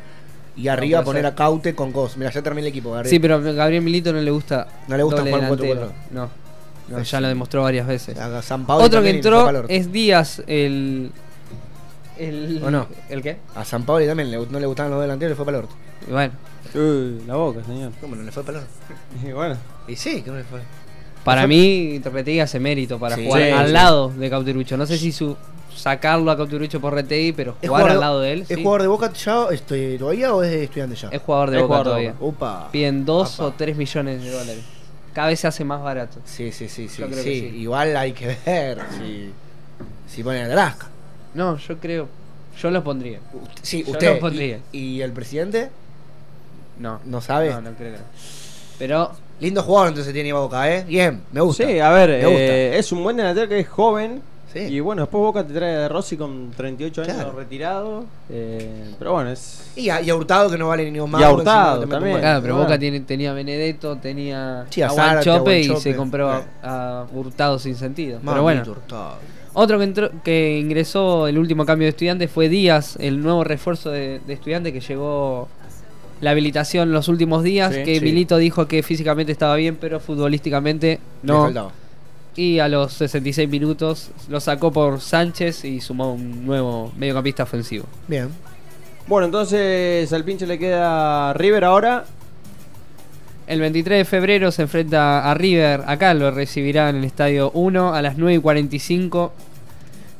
Speaker 5: Y arriba
Speaker 6: puede
Speaker 5: poner
Speaker 6: ser.
Speaker 5: a Caute con Cos. Mira, ya terminé el equipo, Gabriel.
Speaker 6: Sí, pero a Gabriel Milito no le gusta
Speaker 5: No le gusta
Speaker 6: doble
Speaker 5: jugar cuatro,
Speaker 6: delantero. No. No,
Speaker 5: Es-
Speaker 6: ya lo demostró varias veces.
Speaker 5: A San Paoli
Speaker 6: Otro que
Speaker 5: también y nos saca el
Speaker 6: entró
Speaker 5: orto.
Speaker 6: es Díaz, el el
Speaker 5: ¿O no?
Speaker 6: ¿El qué?
Speaker 5: A San Paoli también le- no le gustaban los delanteros, le fue para el orto.
Speaker 6: Y Bueno,
Speaker 3: Uy, la boca, señor.
Speaker 5: ¿Cómo no le fue para el orto?
Speaker 3: Y bueno.
Speaker 5: Y sí, que no le fue.
Speaker 6: para mí Retegui hace mérito para
Speaker 5: Sí,
Speaker 6: jugar
Speaker 3: sí,
Speaker 6: al
Speaker 3: sí.
Speaker 6: lado de Cauterucho. No sé si su sacarlo a Cauterucho por Retegui, pero
Speaker 5: ¿Es
Speaker 6: jugar al
Speaker 5: de-
Speaker 6: lado de él.
Speaker 5: ¿Es
Speaker 6: sí.
Speaker 5: jugador de Boca ya este, todavía o es de estudiante ya?
Speaker 6: Es jugador de
Speaker 3: Es
Speaker 6: Boca
Speaker 3: jugador de
Speaker 6: todavía.
Speaker 5: Opa.
Speaker 6: Piden 2
Speaker 5: Apa.
Speaker 6: o 3 millones de dólares. Cada vez se hace más barato.
Speaker 5: Sí, sí, sí, sí,
Speaker 6: Yo creo
Speaker 5: sí.
Speaker 6: que sí.
Speaker 5: Igual hay que ver si, si ponen a Tarasca.
Speaker 6: No, yo creo. Yo los pondría.
Speaker 5: Ut- Sí,
Speaker 6: Yo
Speaker 5: usted.
Speaker 6: lo pondría.
Speaker 5: ¿Y, y el presidente?
Speaker 6: No.
Speaker 5: No sabe.
Speaker 6: No, no creo. que no. Pero
Speaker 5: Lindo jugador entonces tiene Boca, ¿eh? Bien, me gusta.
Speaker 6: ah.
Speaker 3: Sí, a ver,
Speaker 5: Me gusta.
Speaker 3: eh, es un buen delantero que es joven.
Speaker 5: Sí.
Speaker 3: Y bueno, después Boca te trae a Rossi con 38 años
Speaker 5: Claro.
Speaker 3: retirado. eh, pero bueno, es.
Speaker 5: Y a, y a Hurtado que no vale ni un
Speaker 3: Y
Speaker 5: mango.
Speaker 3: a
Speaker 5: encima
Speaker 3: Hurtado
Speaker 5: te mete un
Speaker 3: también.
Speaker 5: gol.
Speaker 6: Claro, pero
Speaker 3: Bueno.
Speaker 6: Boca tiene, tenía Benedetto, tenía
Speaker 5: Sí, a
Speaker 6: a
Speaker 5: Zárate, a
Speaker 6: Guanchope y
Speaker 5: Guanchope.
Speaker 6: se compró a,
Speaker 5: Eh.
Speaker 6: a Hurtado sin sentido.
Speaker 5: Mamita
Speaker 6: Pero bueno,
Speaker 5: Hurtado.
Speaker 6: otro que, entró- que ingresó el último cambio de estudiante fue Díaz, el nuevo refuerzo de, de estudiante que llegó la habilitación los últimos días,
Speaker 3: Sí,
Speaker 6: que
Speaker 5: sí.
Speaker 6: Milito dijo que físicamente estaba bien, pero futbolísticamente
Speaker 5: Le
Speaker 6: no.
Speaker 5: faltaba.
Speaker 6: Y a los 66 minutos lo sacó por Sánchez y sumó un nuevo mediocampista ofensivo.
Speaker 5: Bien.
Speaker 3: Bueno, entonces al pinche le queda River ahora.
Speaker 6: El 23 de febrero se enfrenta a River. Acá lo recibirá en el Estadio 1 a las 9 y 45.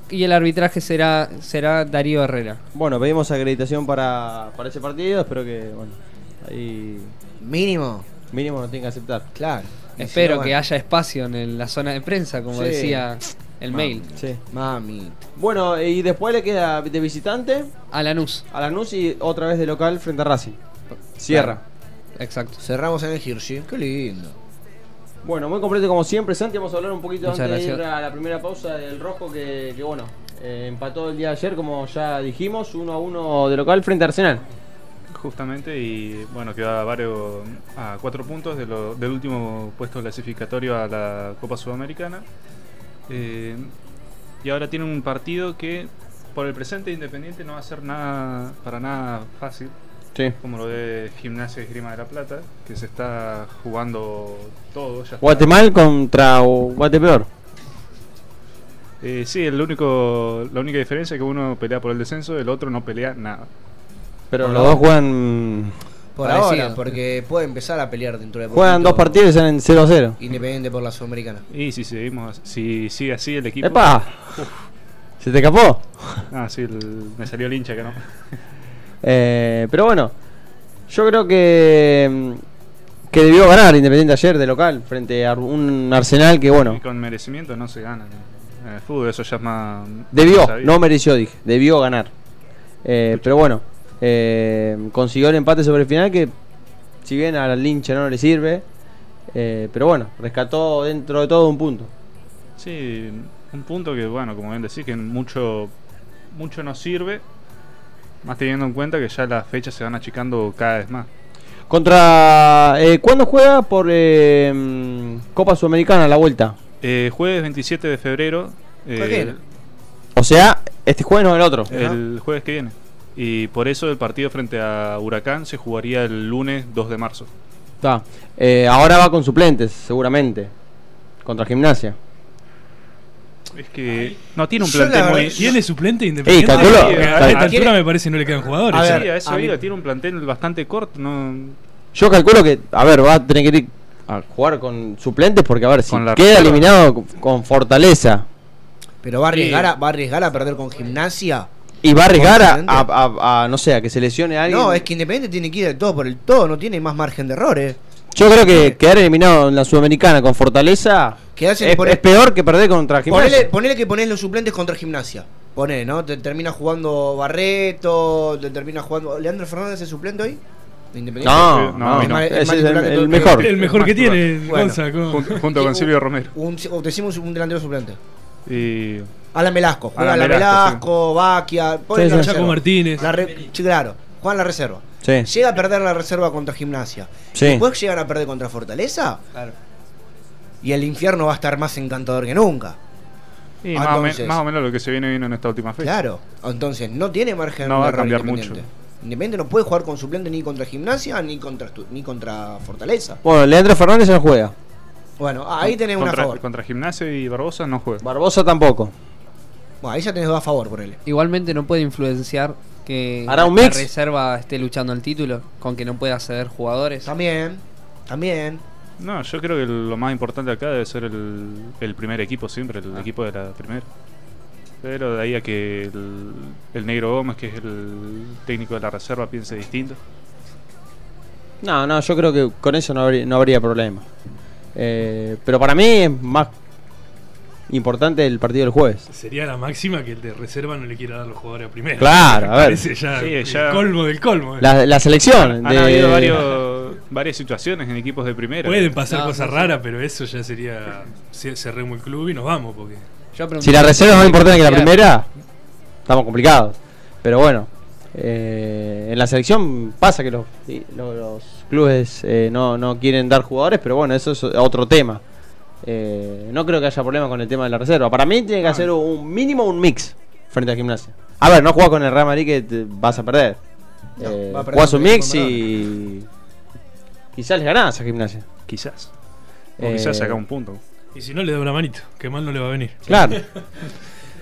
Speaker 6: Y el arbitraje será, será Darío Herrera.
Speaker 3: Bueno, pedimos acreditación para, para ese partido. Espero que, bueno, ahí
Speaker 5: Mínimo.
Speaker 3: mínimo nos tenga que aceptar.
Speaker 5: Claro.
Speaker 6: Espero
Speaker 5: Si no,
Speaker 6: que haya espacio en el- la zona de prensa, como
Speaker 3: Sí.
Speaker 6: decía el mail.
Speaker 3: Sí.
Speaker 5: Mami.
Speaker 3: Bueno, y después le queda de visitante
Speaker 6: A Lanús.
Speaker 3: a Lanús y otra vez de local frente a Racing. Cierra.
Speaker 6: Exacto.
Speaker 5: Cerramos en el Hirschi. Qué lindo.
Speaker 3: Bueno, muy completo como siempre, Santi. Vamos a hablar un poquito
Speaker 6: Muchas
Speaker 3: antes de ir
Speaker 6: gracias.
Speaker 3: a la primera pausa del Rojo que, que, bueno, eh, empató el día de ayer, como ya dijimos, 1 a 1 de local frente a Arsenal.
Speaker 8: Justamente, y bueno, queda a varios, a cuatro puntos de lo- del último puesto clasificatorio a la Copa Sudamericana. Eh, y ahora tiene un partido que, por el presente Independiente, no va a ser nada, para nada fácil,
Speaker 3: Sí.
Speaker 8: como lo de Gimnasia y Grima de la Plata, que se está jugando todo. Ya está.
Speaker 3: Guatemala contra Guatepeor.
Speaker 8: Eh, sí, el único, la única diferencia es que uno pelea por el descenso, el otro no pelea nada.
Speaker 3: Pero los dos juegan.
Speaker 5: Por
Speaker 6: Parecido.
Speaker 5: ahora, porque puede empezar a pelear dentro de poco.
Speaker 3: Juegan dos partidos y salen 0 a 0.
Speaker 5: Independiente por la Sudamericana.
Speaker 8: Y si seguimos, si sigue así el equipo.
Speaker 3: ¡Epa! ¿Se te escapó?
Speaker 8: Ah, sí, el- me salió el hincha que no.
Speaker 3: Eh, pero bueno, yo creo que. mm, Que debió ganar Independiente ayer de local frente a un Arsenal que,
Speaker 8: Y
Speaker 3: bueno,
Speaker 8: con merecimiento no se gana en- en el fútbol, eso ya es más.
Speaker 3: Debió,
Speaker 8: sabido.
Speaker 3: no mereció, dije. Debió ganar. Eh, pero bueno, eh, consiguió el empate sobre el final que, si bien a la lincha no le sirve, eh, pero bueno, rescató dentro de todo un punto.
Speaker 8: Sí, un punto que, bueno, como bien decís, que mucho, mucho no sirve. Más teniendo en cuenta que ya las fechas se van achicando cada vez más.
Speaker 3: Contra. Eh, ¿Cuándo juega por eh, mm, Copa Sudamericana la vuelta?
Speaker 8: Eh, jueves 27 de febrero.
Speaker 5: ¿Por qué no?
Speaker 8: Eh,
Speaker 3: O sea, este jueves no el otro.
Speaker 8: el jueves que viene. Y por eso el partido frente a Huracán se jugaría el lunes 2 de marzo.
Speaker 3: Está. Eh, ahora va con suplentes, seguramente. Contra Gimnasia.
Speaker 8: Es que no tiene un
Speaker 5: Yo la
Speaker 8: plantel
Speaker 5: verdad-
Speaker 8: muy.
Speaker 4: Eh, ¿Tiene suplente independiente?
Speaker 3: calculo-
Speaker 4: Porque a esta
Speaker 5: calculo-
Speaker 4: altura me parece no le quedan jugadores.
Speaker 5: A
Speaker 8: Sí,
Speaker 5: ver,
Speaker 8: a eso
Speaker 5: a mí-
Speaker 8: digo, tiene un plantel bastante corto, no
Speaker 3: Yo calculo que, a ver, va a tener que ir a jugar con suplentes porque, a ver, si
Speaker 8: Con la
Speaker 3: queda
Speaker 8: reserva.
Speaker 3: eliminado con- con Fortaleza
Speaker 5: Pero va a arriesgar,
Speaker 8: Sí.
Speaker 5: a, va a, arriesgar a perder con gimnasia.
Speaker 3: y va a arriesgar a,
Speaker 5: Contra
Speaker 3: a- a- a, no sé, a que se lesione a alguien.
Speaker 5: No, es que Independiente tiene que ir del todo por el todo, no tiene más margen de errores.
Speaker 3: Yo creo que quedar eliminado en la Sudamericana con Fortaleza es,
Speaker 5: Quedarse por el-
Speaker 3: es peor que perder contra
Speaker 5: Ponele,
Speaker 3: Gimnasia.
Speaker 5: ponele que ponés los suplentes contra gimnasia. Ponele, ¿no? Te termina jugando Barreto, te termina jugando. ¿Leandro Fernández es suplente hoy? de Independiente?
Speaker 3: No,
Speaker 8: Sí,
Speaker 3: no,
Speaker 8: no,
Speaker 3: no,
Speaker 5: el
Speaker 3: ese es
Speaker 5: más
Speaker 3: el,
Speaker 5: titular que
Speaker 3: el
Speaker 5: todo el
Speaker 3: mejor.
Speaker 4: El mejor que tiene,
Speaker 5: Bueno.
Speaker 4: Gonza, con-
Speaker 8: junto, junto con Silvio Romero.
Speaker 5: Un, o te decimos un delantero suplente.
Speaker 8: Y
Speaker 5: Alan Velasco. Juega Alan
Speaker 8: Alan
Speaker 5: Velasco, Baquia. Ponele
Speaker 3: Sí,
Speaker 5: la
Speaker 3: sí.
Speaker 4: Chaco
Speaker 5: reserva.
Speaker 4: Martínez.
Speaker 5: La re- sí, claro, juegan la reserva.
Speaker 3: Sí,
Speaker 5: Llega a perder la reserva contra gimnasia.
Speaker 3: sí.
Speaker 5: Después llegan a perder contra Fortaleza. Y el infierno va a estar más encantador que nunca.
Speaker 8: Y más, o men-
Speaker 5: Entonces-
Speaker 8: más o menos lo que se viene vino en esta última fecha.
Speaker 5: Claro. Entonces, no tiene margen
Speaker 8: No
Speaker 5: de
Speaker 8: va a
Speaker 5: error
Speaker 8: cambiar
Speaker 5: Independiente.
Speaker 8: mucho.
Speaker 5: Independiente no puede jugar con suplente ni contra Gimnasia ni contra Estu- ni contra Fortaleza.
Speaker 3: Bueno, Leandro Fernández ya no juega.
Speaker 5: Bueno, ah, ahí tenés una a
Speaker 8: contra,
Speaker 5: favor.
Speaker 8: contra Gimnasio y Barbosa no juega.
Speaker 3: Barbosa tampoco.
Speaker 5: Bueno, ahí ya tenés dos a favor por él.
Speaker 6: Igualmente no puede influenciar que
Speaker 3: Hará un
Speaker 6: la
Speaker 3: mix.
Speaker 6: reserva esté luchando el título, con que no pueda ceder jugadores.
Speaker 5: También, también.
Speaker 8: No, yo creo que lo más importante acá debe ser el, el primer equipo siempre, el
Speaker 5: Ah.
Speaker 8: equipo de la primera. Pero de ahí a que el, el Negro Gómez, que es el técnico de la reserva, piense distinto.
Speaker 3: No, no, yo creo que con eso no habría, no habría problema. Eh, pero para mí es más importante el partido del jueves.
Speaker 4: Sería la máxima que el de reserva no le quiera dar los jugadores a primera.
Speaker 3: Claro, a ver.
Speaker 4: Parece ya,
Speaker 8: Sí,
Speaker 4: el
Speaker 8: ya-
Speaker 4: colmo del colmo. eh.
Speaker 3: La, la selección.
Speaker 8: Han
Speaker 3: de-
Speaker 8: habido varios, varias situaciones en equipos de primera.
Speaker 4: Pueden pasar
Speaker 6: No,
Speaker 4: cosas
Speaker 6: sí, sí.
Speaker 4: raras, pero eso ya sería. ce- Cerremos el club y nos vamos, porque.
Speaker 6: Yo pregunté-
Speaker 3: Si la reserva es más importante que la primera, estamos complicados. Pero bueno, eh, en la selección pasa que los, y- lo- los clubes eh, no, no quieren dar jugadores, pero bueno, eso es otro tema. Eh, no creo que haya problema con el tema de la reserva. Para mí tiene que
Speaker 5: Ah.
Speaker 3: hacer un mínimo un mix frente a gimnasia. A ver, no jugás con el Real Madrid que te vas a perder.
Speaker 5: No,
Speaker 3: Eh,
Speaker 5: va a perder
Speaker 3: jugás un
Speaker 5: con el
Speaker 3: mix y quizás les ganás Eh, a gimnasia.
Speaker 5: Eh,
Speaker 8: Quizás. O quizás saca un punto.
Speaker 9: Y si no, le da una manito, que mal no le va a venir.
Speaker 3: Claro.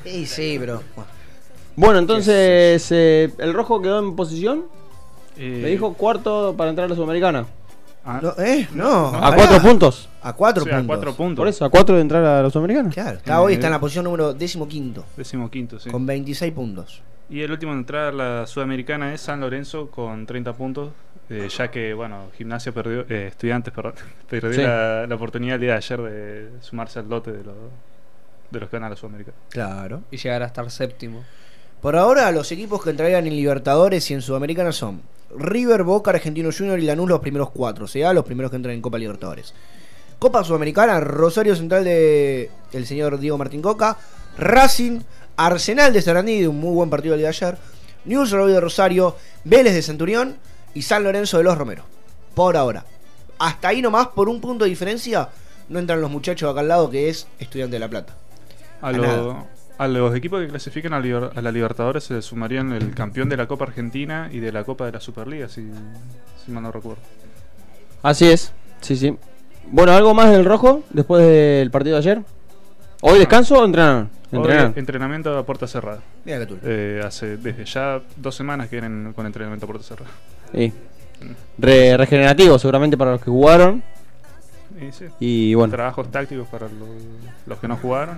Speaker 5: Sí, sí, bro. Bueno,
Speaker 3: Bueno, entonces eh, el rojo quedó en posición.
Speaker 8: Eh,
Speaker 3: Le dijo cuarto para entrar a la Sudamericana.
Speaker 8: ah,
Speaker 5: No, ¿Eh? No.
Speaker 3: A cuatro puntos.
Speaker 5: A cuatro
Speaker 8: o sea,
Speaker 5: puntos.
Speaker 8: cuatro puntos.
Speaker 3: Por eso, a cuatro de entrar a la Sudamericana.
Speaker 5: Claro. Está hoy está en la posición número decimoquinto,
Speaker 8: Décimo quinto, sí.
Speaker 5: con 26 puntos.
Speaker 8: Y el último en entrar a la Sudamericana es San Lorenzo con 30 puntos. eh, ya que, bueno, Gimnasia perdió, eh, Estudiantes perdón, perdió
Speaker 3: Sí.
Speaker 8: la, la oportunidad el día de ayer de sumarse al lote de los, de los que van a la Sudamericana.
Speaker 5: Claro.
Speaker 6: y llegar a estar séptimo.
Speaker 5: Por ahora, los equipos que entrarían en Libertadores y en Sudamericana son River, Boca, Argentino Junior y Lanús los primeros cuatro, o sea, los primeros que entran en Copa Libertadores. Copa Sudamericana, Rosario Central de el señor Diego Martín Coca, Racing, Arsenal de Sarandí, de un muy buen partido el día de ayer, News de Rosario, Vélez de Centurión y San Lorenzo de los Romero. Por ahora. Hasta ahí nomás, por un punto de diferencia, no entran los muchachos de acá al lado que es Estudiante de La Plata.
Speaker 8: A,
Speaker 5: A
Speaker 8: lo-
Speaker 5: nada.
Speaker 8: a los equipos que clasifican a, liber- a la Libertadores se le sumarían el campeón de la Copa Argentina y de la Copa de la Superliga, si, si mal no recuerdo.
Speaker 3: Así es. Sí, sí. Bueno, ¿algo más del rojo después del partido de ayer? ¿Hoy descanso o entrenaron?
Speaker 8: Hoy,
Speaker 3: Entrenaron.
Speaker 8: entrenamiento a puerta cerrada.
Speaker 5: Mira que tú.
Speaker 8: Eh, hace desde ya dos semanas que vienen con entrenamiento a puerta cerrada.
Speaker 3: Sí. Re- regenerativo seguramente para los que jugaron.
Speaker 8: Y sí,
Speaker 3: Y bueno.
Speaker 8: Trabajos tácticos para lo- los que no jugaron.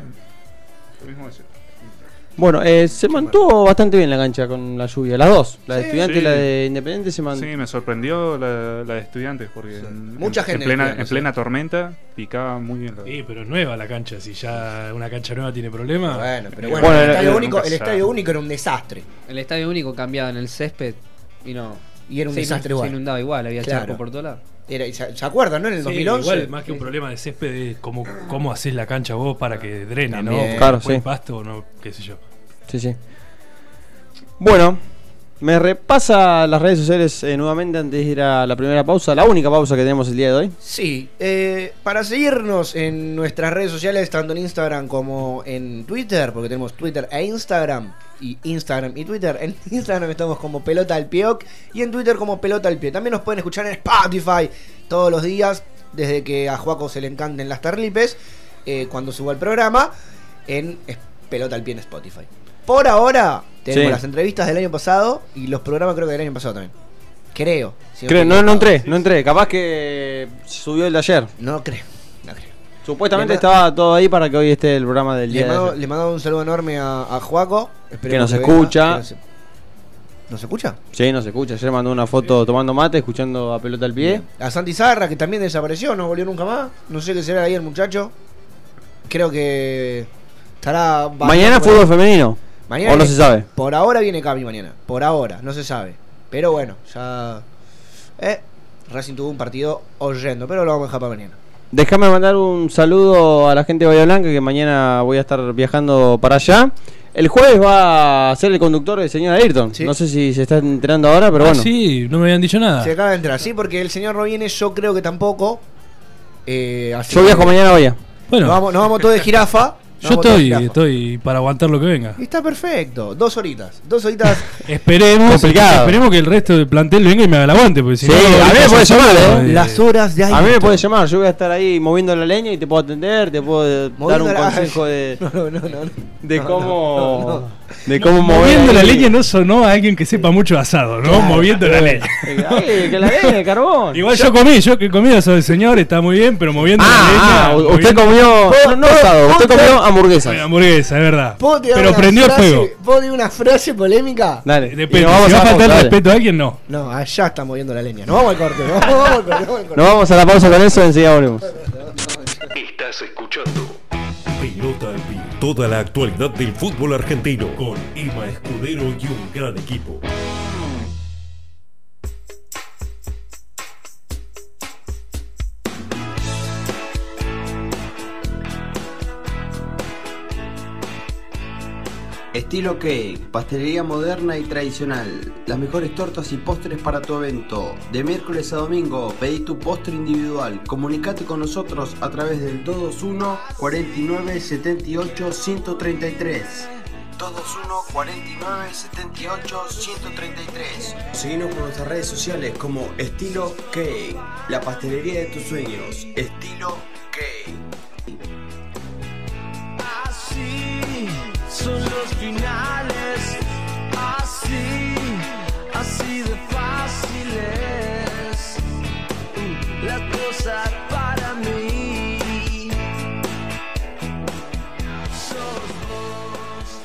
Speaker 8: Lo mismo de siempre.
Speaker 3: Bueno, eh, se mantuvo bastante bien la cancha con la lluvia. Las dos, la de
Speaker 5: Sí,
Speaker 3: estudiante y
Speaker 8: sí.
Speaker 3: la de independiente se mantuvo.
Speaker 8: Sí, me sorprendió la, la de estudiantes porque en,
Speaker 5: Mucha
Speaker 8: en-
Speaker 5: gente
Speaker 8: en plena,
Speaker 5: estudiante,
Speaker 8: en
Speaker 5: sí.
Speaker 8: plena tormenta picaba muy bien. La...
Speaker 9: Sí, pero es nueva la cancha. Si ya una cancha nueva tiene problemas.
Speaker 5: Bueno, pero
Speaker 8: Bueno,
Speaker 5: bueno, el,
Speaker 3: el-
Speaker 5: estadio
Speaker 8: el-
Speaker 5: único,
Speaker 8: nunca
Speaker 5: el
Speaker 8: se
Speaker 5: estadio
Speaker 8: sabe.
Speaker 5: único era un desastre.
Speaker 6: El estadio único cambiaba en el césped y no.
Speaker 5: Y era un
Speaker 6: se inu-
Speaker 5: desastre
Speaker 6: se
Speaker 5: igual.
Speaker 6: inundaba igual, había
Speaker 5: Claro.
Speaker 6: charco por todos lados.
Speaker 5: Era- ¿se, se acuerdan, no? En el
Speaker 9: Sí,
Speaker 5: 2011.
Speaker 9: Igual, más que un problema de césped, es cómo, cómo haces la cancha vos para que drene,
Speaker 5: También.
Speaker 9: ¿no?
Speaker 3: Claro,
Speaker 9: Buen
Speaker 3: sí.
Speaker 9: pasto o no, qué sé yo.
Speaker 3: Sí, sí. Bueno, me repasa las redes sociales eh, nuevamente antes de ir a la primera pausa, la única pausa que tenemos el día de hoy.
Speaker 5: Sí, eh, para seguirnos en nuestras redes sociales, tanto en Instagram como en Twitter, porque tenemos Twitter e Instagram, y Instagram y Twitter. En Instagram estamos como Pelota al Pie ok, y en Twitter como Pelota al Pie. También nos pueden escuchar en Spotify todos los días, desde que a Juaco se le encanten las tarlipes, eh, cuando suba el programa, en es- Pelota al Pie en Spotify. Por ahora, tenemos
Speaker 3: Sí.
Speaker 5: las entrevistas del año pasado y los programas creo que del año pasado también. Creo. si
Speaker 3: Creo,
Speaker 5: estoy
Speaker 3: no, no
Speaker 5: equivocado.
Speaker 3: entré, no entré. Capaz que subió el de ayer.
Speaker 5: No creo, no creo.
Speaker 3: Supuestamente
Speaker 5: Le ma-
Speaker 3: estaba todo ahí para que hoy esté el programa del
Speaker 5: Le
Speaker 3: día de
Speaker 5: mando,
Speaker 3: ayer.
Speaker 5: le mando un saludo enorme a, a Juaco.
Speaker 3: Que nos
Speaker 5: venga,
Speaker 3: escucha.
Speaker 5: que nos- ¿Nos escucha?
Speaker 3: Sí, no se escucha. Ayer mandó una foto tomando mate, escuchando a pelota al pie.
Speaker 5: A Santi Zarra, que también desapareció, no volvió nunca más. No sé qué será ahí el muchacho. Creo que estará. bajando
Speaker 3: Mañana
Speaker 5: por-
Speaker 3: fútbol femenino.
Speaker 5: pues. Mañana
Speaker 3: o no
Speaker 5: viene-
Speaker 3: se sabe.
Speaker 5: Por ahora viene Cami mañana. Por ahora, no se sabe. Pero bueno, ya. Eh, Racing tuvo un partido horrendo, pero lo vamos a dejar para mañana.
Speaker 3: Déjame mandar un saludo a la gente de Bahía Blanca que mañana voy a estar viajando para allá. El jueves va a ser el conductor el señor Ayrton.
Speaker 5: Sí.
Speaker 3: No sé si se está enterando ahora, pero
Speaker 9: Ah,
Speaker 3: bueno.
Speaker 9: Sí, no me habían dicho
Speaker 3: Ah.
Speaker 9: nada.
Speaker 5: Se acaba de entrar, sí, porque el señor no viene, yo creo que tampoco. Eh, así
Speaker 3: Yo viajo
Speaker 5: que-
Speaker 3: mañana a Bahía.
Speaker 9: Bueno,
Speaker 5: Nos vamos, nos vamos todos de jirafa.
Speaker 9: yo
Speaker 5: Nos vamos todos de
Speaker 9: estoy,
Speaker 5: jirafa.
Speaker 9: estoy para aguantar lo que venga.
Speaker 5: Y está perfecto. Dos horitas. Dos horitas.
Speaker 9: Esperemos,
Speaker 3: Complicado.
Speaker 9: esperemos que el resto del plantel venga y me haga el aguante. Porque si
Speaker 3: Sí,
Speaker 9: no,
Speaker 3: a mí
Speaker 9: ahorita
Speaker 3: me
Speaker 9: ya
Speaker 3: puede
Speaker 9: son
Speaker 3: llamar,
Speaker 9: las-
Speaker 3: eh.
Speaker 9: eh,
Speaker 5: las horas de
Speaker 3: A mí me
Speaker 5: Ayrton.
Speaker 3: puedes llamar, yo voy a estar ahí moviendo la leña y te puedo atender, te puedo eh, dar
Speaker 5: Moviendo
Speaker 3: un
Speaker 5: la-
Speaker 3: consejo de,
Speaker 5: No, no, no. no.
Speaker 3: de
Speaker 5: No,
Speaker 3: cómo,
Speaker 5: no, no, no.
Speaker 3: de cómo mover
Speaker 9: Moviendo la
Speaker 3: ahí.
Speaker 9: leña no sonó a alguien que sepa mucho asado, ¿no? Moviendo la leña.
Speaker 3: Ay, que la leña, el carbón.
Speaker 9: Igual yo comí, yo que comí eso del señor, está muy bien, pero moviendo
Speaker 3: ah,
Speaker 9: la
Speaker 3: ah,
Speaker 9: leña.
Speaker 3: usted
Speaker 9: moviendo-
Speaker 3: comió no, no asado, usted comió hamburguesas.
Speaker 9: Ay, hamburguesa, es verdad.
Speaker 5: ¿Puedo tirar
Speaker 9: Pero
Speaker 5: una
Speaker 9: prendió el
Speaker 5: frase,
Speaker 9: fuego.
Speaker 5: ¿Puedo tirar una frase polémica?
Speaker 3: Dale,
Speaker 9: Depende, si
Speaker 3: y nos
Speaker 9: va a
Speaker 3: vamos la
Speaker 9: faltar
Speaker 3: pausa, dale.
Speaker 9: respeto a alguien, no.
Speaker 5: No, allá está moviendo la leña. No vamos al corte. No vamos al corte. No vamos al corte.
Speaker 3: Nos vamos a la pausa con eso, enseguida volvemos.
Speaker 1: Estás escuchando Pelota al Pie. Toda la actualidad del fútbol argentino con Emma Escudero y un gran equipo.
Speaker 10: Estilo cake, pastelería moderna y tradicional. Las mejores tortas y postres para tu evento. De miércoles a domingo, pedí tu postre individual. Comunicate con nosotros a través del 221 49 78 133. 221 49 78 133. Seguimos por nuestras redes sociales como Estilo Cake, la pastelería de tus sueños. Estilo Cake.
Speaker 2: finales así, así de fáciles. La cosa para mí. Sos vos,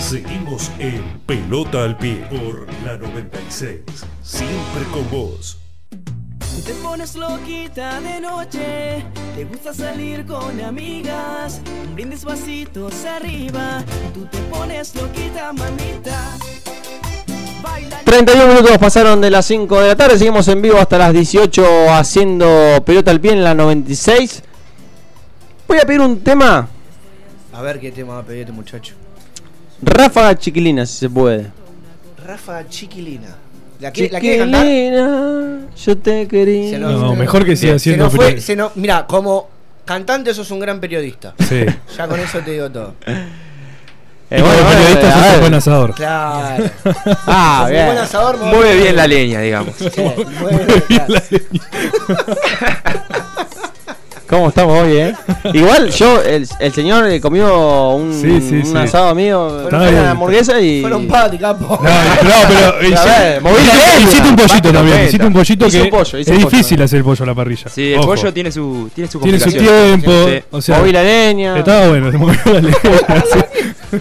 Speaker 1: Seguimos en Pelota al Pie por la 96. Siempre con vos.
Speaker 11: Te pones loquita de noche, te gusta salir con amigas, un brindis vasitos arriba, tú te pones loquita, mamita.
Speaker 3: 31 minutos pasaron de las 5 de la tarde, seguimos en vivo hasta las 18 haciendo pelota al pie en la 96. Voy a pedir un tema,
Speaker 5: A ver qué tema va a pedir este muchacho.
Speaker 3: ráfaga chiquilina, si se puede.
Speaker 5: Rafa Chiquilina. ¿La, quiere- la quiere cantar?
Speaker 3: Chiquilina, yo te quería.
Speaker 4: No, mejor que siga
Speaker 5: Bien, se
Speaker 4: siendo
Speaker 5: nos fue-
Speaker 4: fre-
Speaker 5: se nos- Mira, como cantante sos un gran periodista.
Speaker 3: Eh,
Speaker 4: Sí.
Speaker 5: Ya con eso te digo todo.
Speaker 4: Y como periodista sos un buen asador.
Speaker 5: Claro.
Speaker 12: Ah,
Speaker 5: Sos un
Speaker 12: bien.
Speaker 5: buen asador, no-
Speaker 12: Mueve bien la leña, digamos.
Speaker 5: Sí,
Speaker 12: Mueve
Speaker 5: bueno,
Speaker 12: bien la
Speaker 3: ¿Cómo estamos hoy, eh? Igual yo, el, el señor eh, comió un,
Speaker 4: Sí, sí,
Speaker 3: un
Speaker 4: sí.
Speaker 3: asado mío,
Speaker 4: Está bien.
Speaker 3: una hamburguesa y.
Speaker 5: Fueron pati, capo.
Speaker 4: No, no, pero
Speaker 3: A ver,
Speaker 4: hiciste,
Speaker 3: moví la
Speaker 4: hiciste-
Speaker 3: leña.
Speaker 4: hiciste un pollito
Speaker 3: Basta,
Speaker 4: también,
Speaker 3: completa.
Speaker 4: hiciste un pollito
Speaker 3: Hice
Speaker 4: que
Speaker 3: un pollo, hice
Speaker 4: es
Speaker 3: un pollo
Speaker 4: difícil hacer el pollo a la parrilla.
Speaker 12: Sí, el
Speaker 4: Ojo.
Speaker 12: pollo tiene su tiene su
Speaker 4: tiene su
Speaker 12: complicación.
Speaker 4: tiempo, o sea,
Speaker 3: Moví la leña.
Speaker 4: Estaba bueno, se movió la leña. sí.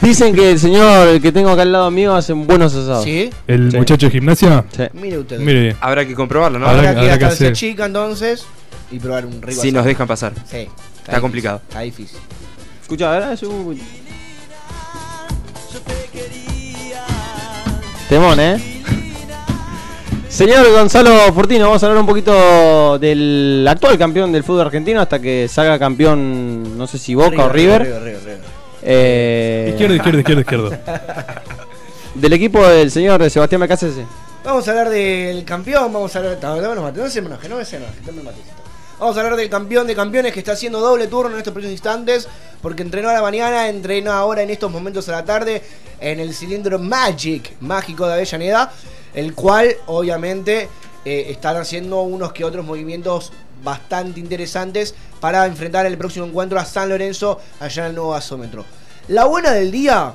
Speaker 3: Dicen que el señor el que tengo acá al lado mío hace buenos asados.
Speaker 5: ¿Sí?
Speaker 4: El muchacho de gimnasia.
Speaker 3: Sí.
Speaker 5: Mire usted.
Speaker 4: Mire bien.
Speaker 12: Habrá que comprobarlo, Ah, ¿no?
Speaker 4: Habrá-
Speaker 5: Habrá que
Speaker 4: habrá que
Speaker 5: gastarse
Speaker 4: hacer.
Speaker 5: chica entonces y probar un rico
Speaker 12: Si
Speaker 5: asado.
Speaker 12: nos dejan pasar.
Speaker 5: Sí. Está,
Speaker 12: Está complicado.
Speaker 5: Está difícil.
Speaker 3: Escucha, ahora es un. Temón, ¿eh? Señor Gonzalo Fortino, vamos a hablar un poquito del actual campeón del fútbol argentino hasta que salga campeón, no sé si Boca o River.
Speaker 5: River, River, River.
Speaker 3: Eh,
Speaker 4: Izquierdo, izquierdo, izquierdo, izquierdo.
Speaker 3: Del equipo del señor Sebastián Becasese.
Speaker 5: Vamos a hablar del campeón, vamos a hablar. No, no, me enojes, no se me enoje, no se enoje, dame un matecito. Vamos a hablar del campeón de campeones que está haciendo doble turno en estos precisos instantes, porque entrenó a la mañana, entrenó ahora en estos momentos a la tarde en el cilindro Magic, mágico de Avellaneda, el cual obviamente eh, están haciendo unos que otros movimientos bastante interesantes para enfrentar el próximo encuentro a San Lorenzo allá en el nuevo gasómetro. La buena del día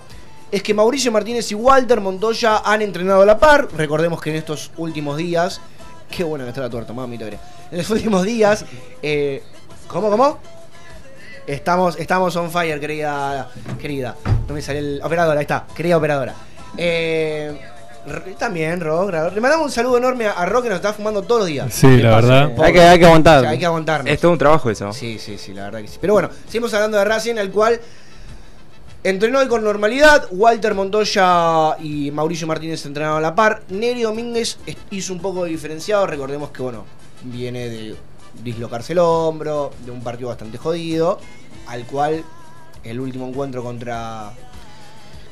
Speaker 5: es que Mauricio Martínez y Walter Montoya han entrenado a la par. Recordemos que en estos últimos días. Qué buena que está la torta, mami, te veré. En los últimos días. eh, ¿Cómo, cómo? Estamos, estamos on fire, querida. Querida. No me sale el. Operadora, ahí está. Querida operadora. Eh, r- también, Ro. gra- Le mandamos un saludo enorme a Ro que nos está fumando todos los días.
Speaker 4: Sí, la verdad.
Speaker 5: Pobre.
Speaker 3: Hay que, hay que aguantar.
Speaker 5: O sea, hay que aguantarnos.
Speaker 12: Es todo un trabajo eso.
Speaker 5: Sí, sí, sí, la verdad que sí. Pero bueno, seguimos hablando de Racing, el cual entrenó hoy con normalidad. Walter Montoya y Mauricio Martínez entrenaron a la par. Neri Domínguez es- hizo un poco de diferenciado. Recordemos que, bueno, viene de dislocarse el hombro, de un partido bastante jodido, al cual el último encuentro contra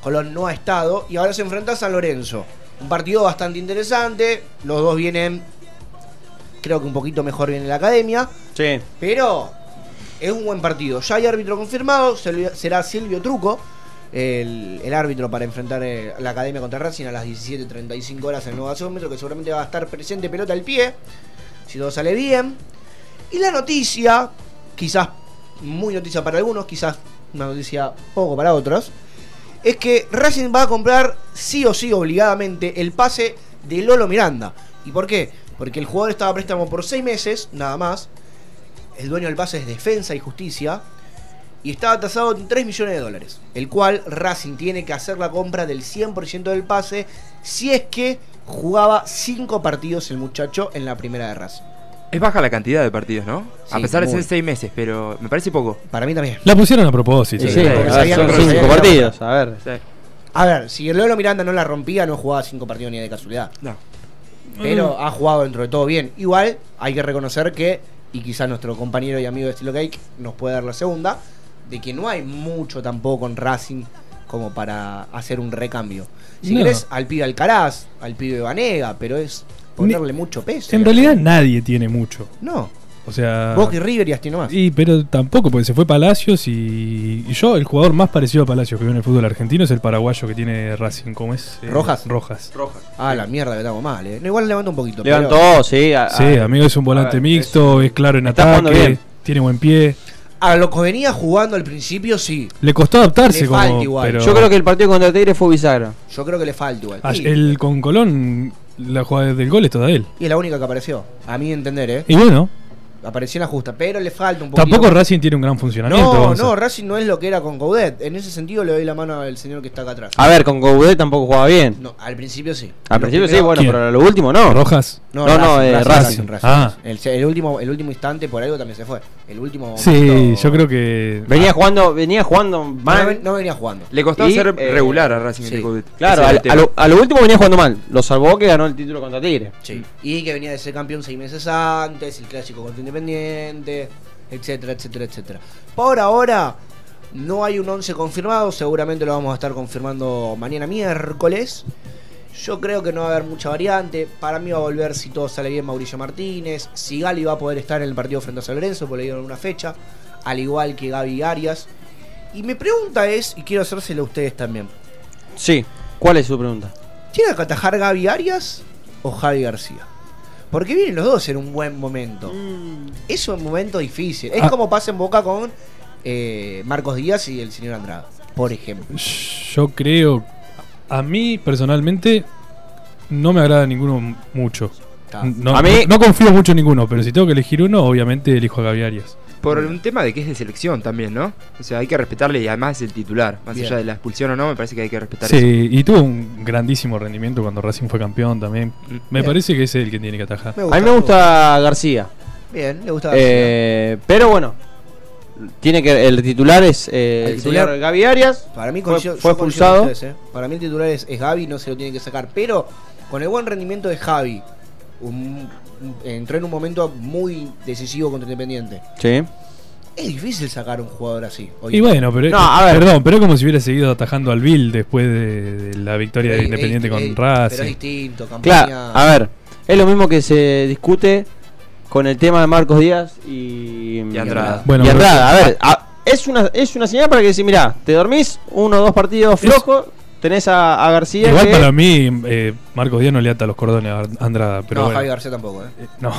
Speaker 5: Colón no ha estado. Y ahora se enfrenta a San Lorenzo. Un partido bastante interesante. Los dos vienen, creo que un poquito mejor viene la academia.
Speaker 3: Sí.
Speaker 5: Pero es un buen partido. Ya hay árbitro confirmado. Silvio- Será Silvio Truco el, el árbitro para enfrentar eh, la academia contra Racing a las 17.35 horas en el nuevo gasómetro. Que seguramente va a estar presente pelota al pie. Si todo sale bien. Y la noticia, quizás muy noticia para algunos, quizás una noticia poco para otros, es que Racing va a comprar sí o sí obligadamente el pase de Lolo Miranda. ¿Y por qué? Porque el jugador estaba a préstamo por seis meses, nada más. El dueño del pase es Defensa y Justicia. Y estaba tasado en 3 millones de dólares. El cual Racing tiene que hacer la compra del 100% del pase si es que jugaba 5 partidos el muchacho en la primera de Racing.
Speaker 12: Es baja la cantidad de partidos, ¿no? a
Speaker 5: Sí,
Speaker 12: pesar de
Speaker 5: muy.
Speaker 12: ser seis meses, pero me parece poco.
Speaker 5: Para mí también.
Speaker 4: La pusieron a propósito.
Speaker 3: Sí,
Speaker 12: Sí,
Speaker 3: sí,
Speaker 12: sí,
Speaker 3: a ver,
Speaker 5: sabían
Speaker 3: son
Speaker 5: que- sabían
Speaker 3: cinco
Speaker 5: que-
Speaker 3: partidos, a ver.
Speaker 12: Sí.
Speaker 5: A ver, si el Lolo Miranda no la rompía, no jugaba cinco partidos ni de casualidad.
Speaker 12: No.
Speaker 4: Mm.
Speaker 5: Pero ha jugado dentro de todo bien. Igual hay que reconocer que, y quizás nuestro compañero y amigo de Estilo Cake nos puede dar la segunda, de que no hay mucho tampoco en Racing como para hacer un recambio. Si
Speaker 4: No.
Speaker 5: querés, al pibe Alcaraz, al pibe Vanega, pero es ponerle mucho peso.
Speaker 4: En realidad Ah. nadie tiene mucho.
Speaker 5: No,
Speaker 4: O sea.
Speaker 5: Boca y River y así nomás.
Speaker 4: Y pero tampoco, porque se fue Palacios y, y yo, el jugador más parecido a Palacios que veo en el fútbol argentino es el paraguayo que tiene Racing, ¿cómo es? Eh,
Speaker 5: ¿Rojas?
Speaker 4: Rojas.
Speaker 5: Ah, la mierda que estamos mal, eh. No, igual levanta un poquito. pero-
Speaker 3: Levantó, sí. a- a-
Speaker 4: Sí, amigo, es un volante
Speaker 12: ver,
Speaker 4: mixto, es, claro en
Speaker 3: Está jugando
Speaker 4: ataque,
Speaker 3: bien.
Speaker 4: tiene buen pie.
Speaker 5: A lo que venía jugando al principio, sí.
Speaker 4: Le costó adaptarse
Speaker 5: Le
Speaker 4: como-
Speaker 5: falta igual.
Speaker 4: pero-
Speaker 3: Yo creo que el partido contra Tigre fue bisagra.
Speaker 5: Yo creo que le falta igual.
Speaker 4: Ay,
Speaker 5: Sí.
Speaker 4: Ah, El con Colón, la jugada del gol es toda de él.
Speaker 5: Y es la única que apareció, a mi entender, ¿eh?
Speaker 4: Y bueno,
Speaker 5: Apareció en la justa, pero le falta un poquito.
Speaker 4: tampoco Racing tiene un gran funcionamiento.
Speaker 5: No,
Speaker 4: vamos a-
Speaker 5: no, Racing no es lo que era con Gaudet. En ese sentido le doy la mano al señor que está acá atrás.
Speaker 3: A ver, con Goudet tampoco jugaba bien.
Speaker 5: No, al principio sí.
Speaker 3: Ah. Al
Speaker 5: Lo
Speaker 3: principio sí,
Speaker 5: primero-
Speaker 3: bueno,
Speaker 5: ¿Quién?
Speaker 3: pero a lo último no.
Speaker 4: ¿Rojas?
Speaker 3: No, no, eh, Racing. Ah.
Speaker 5: El, el último, el último instante por algo también se fue. El último.
Speaker 4: Sí, yo creo que.
Speaker 3: Venía jugando, venía jugando mal.
Speaker 5: No, ven- no venía jugando.
Speaker 12: Le costaba
Speaker 3: Y,
Speaker 12: ser
Speaker 3: eh,
Speaker 12: regular a Racing
Speaker 3: sí.
Speaker 12: el Goudet.
Speaker 3: Claro, al-
Speaker 12: Ese era
Speaker 3: a,
Speaker 12: el tema.
Speaker 3: lo, a lo último venía jugando mal. Lo salvó que ganó el título contra Tigre.
Speaker 5: Sí. Y que venía de ser campeón seis meses antes, el clásico contra Independiente, etcétera, etcétera, etcétera. Por ahora no hay un 11 confirmado, seguramente lo vamos a estar confirmando mañana miércoles. Yo creo que no va a haber mucha variante. Para mí va a volver, si todo sale bien, Mauricio Martínez. Sigali va a poder estar en el partido frente a San Lorenzo, porque le dieron una fecha. Al igual que Gaby Arias. Y mi pregunta es, y quiero hacérsela a ustedes también.
Speaker 3: Sí. ¿Cuál es su pregunta?
Speaker 5: ¿Tiene que atajar Gaby Arias o Javi García? Porque vienen los dos en un buen momento.
Speaker 2: Mm.
Speaker 5: Es un momento difícil. Es
Speaker 4: Ah.
Speaker 5: como pasa en boca con eh, Marcos Díaz y el señor Andrada, por ejemplo.
Speaker 4: Mm. Yo creo. A mí, personalmente, no me agrada ninguno m- mucho.
Speaker 5: Está.
Speaker 4: No,
Speaker 12: A mí-
Speaker 4: no, no confío mucho en ninguno, pero si tengo que elegir uno, obviamente elijo a Gaby Arias.
Speaker 12: Por un tema de que es de selección también, ¿no? O sea, hay que respetarle y además es el titular. Más
Speaker 4: Bien.
Speaker 12: allá de la expulsión o no, me parece que hay que respetar eso.
Speaker 4: Sí, y tuvo un grandísimo rendimiento cuando Racing fue campeón también. Me
Speaker 12: Bien.
Speaker 4: parece que es el que tiene que atajar.
Speaker 5: Eh. Me
Speaker 3: a mí me gusta García.
Speaker 5: Bien, le gusta
Speaker 3: Eh, pero bueno, tiene que el titular es eh,
Speaker 5: El
Speaker 3: el
Speaker 5: titular-
Speaker 3: señor Gaby Arias.
Speaker 5: Para mí
Speaker 3: fue,
Speaker 5: coincido-
Speaker 3: fue
Speaker 5: yo coincido
Speaker 3: expulsado.
Speaker 5: con ustedes, eh. Para mí el titular es, es Gaby, no se lo tiene que sacar. Pero con el buen rendimiento de Javi, un- un- entró en un momento muy decisivo contra Independiente.
Speaker 3: Sí.
Speaker 5: Es difícil sacar a un jugador así. hoy
Speaker 4: Y
Speaker 5: en día.
Speaker 4: bueno, pero,
Speaker 3: No, a ver.
Speaker 4: perdón, pero es como si hubiera seguido atajando al Bill después de, de la victoria de
Speaker 5: Ey,
Speaker 4: Independiente
Speaker 5: ey,
Speaker 4: con
Speaker 5: ey,
Speaker 4: Racing.
Speaker 5: Pero es distinto, campaña.
Speaker 3: Claro, a ver, es lo mismo que se discute con el tema de Marcos Díaz y,
Speaker 12: Y Andrada.
Speaker 4: Bueno,
Speaker 3: y Andrada, a
Speaker 4: pero-
Speaker 3: ver, a- es, una, es una señal para que decís, mirá, te dormís uno o dos partidos flojos, tenés a, a García
Speaker 4: Igual
Speaker 3: que-
Speaker 4: para mí, eh, Marcos Díaz no le ata los cordones a Ar- Andrada. Pero
Speaker 5: no,
Speaker 4: bueno.
Speaker 5: Javi García tampoco, ¿eh?
Speaker 4: No.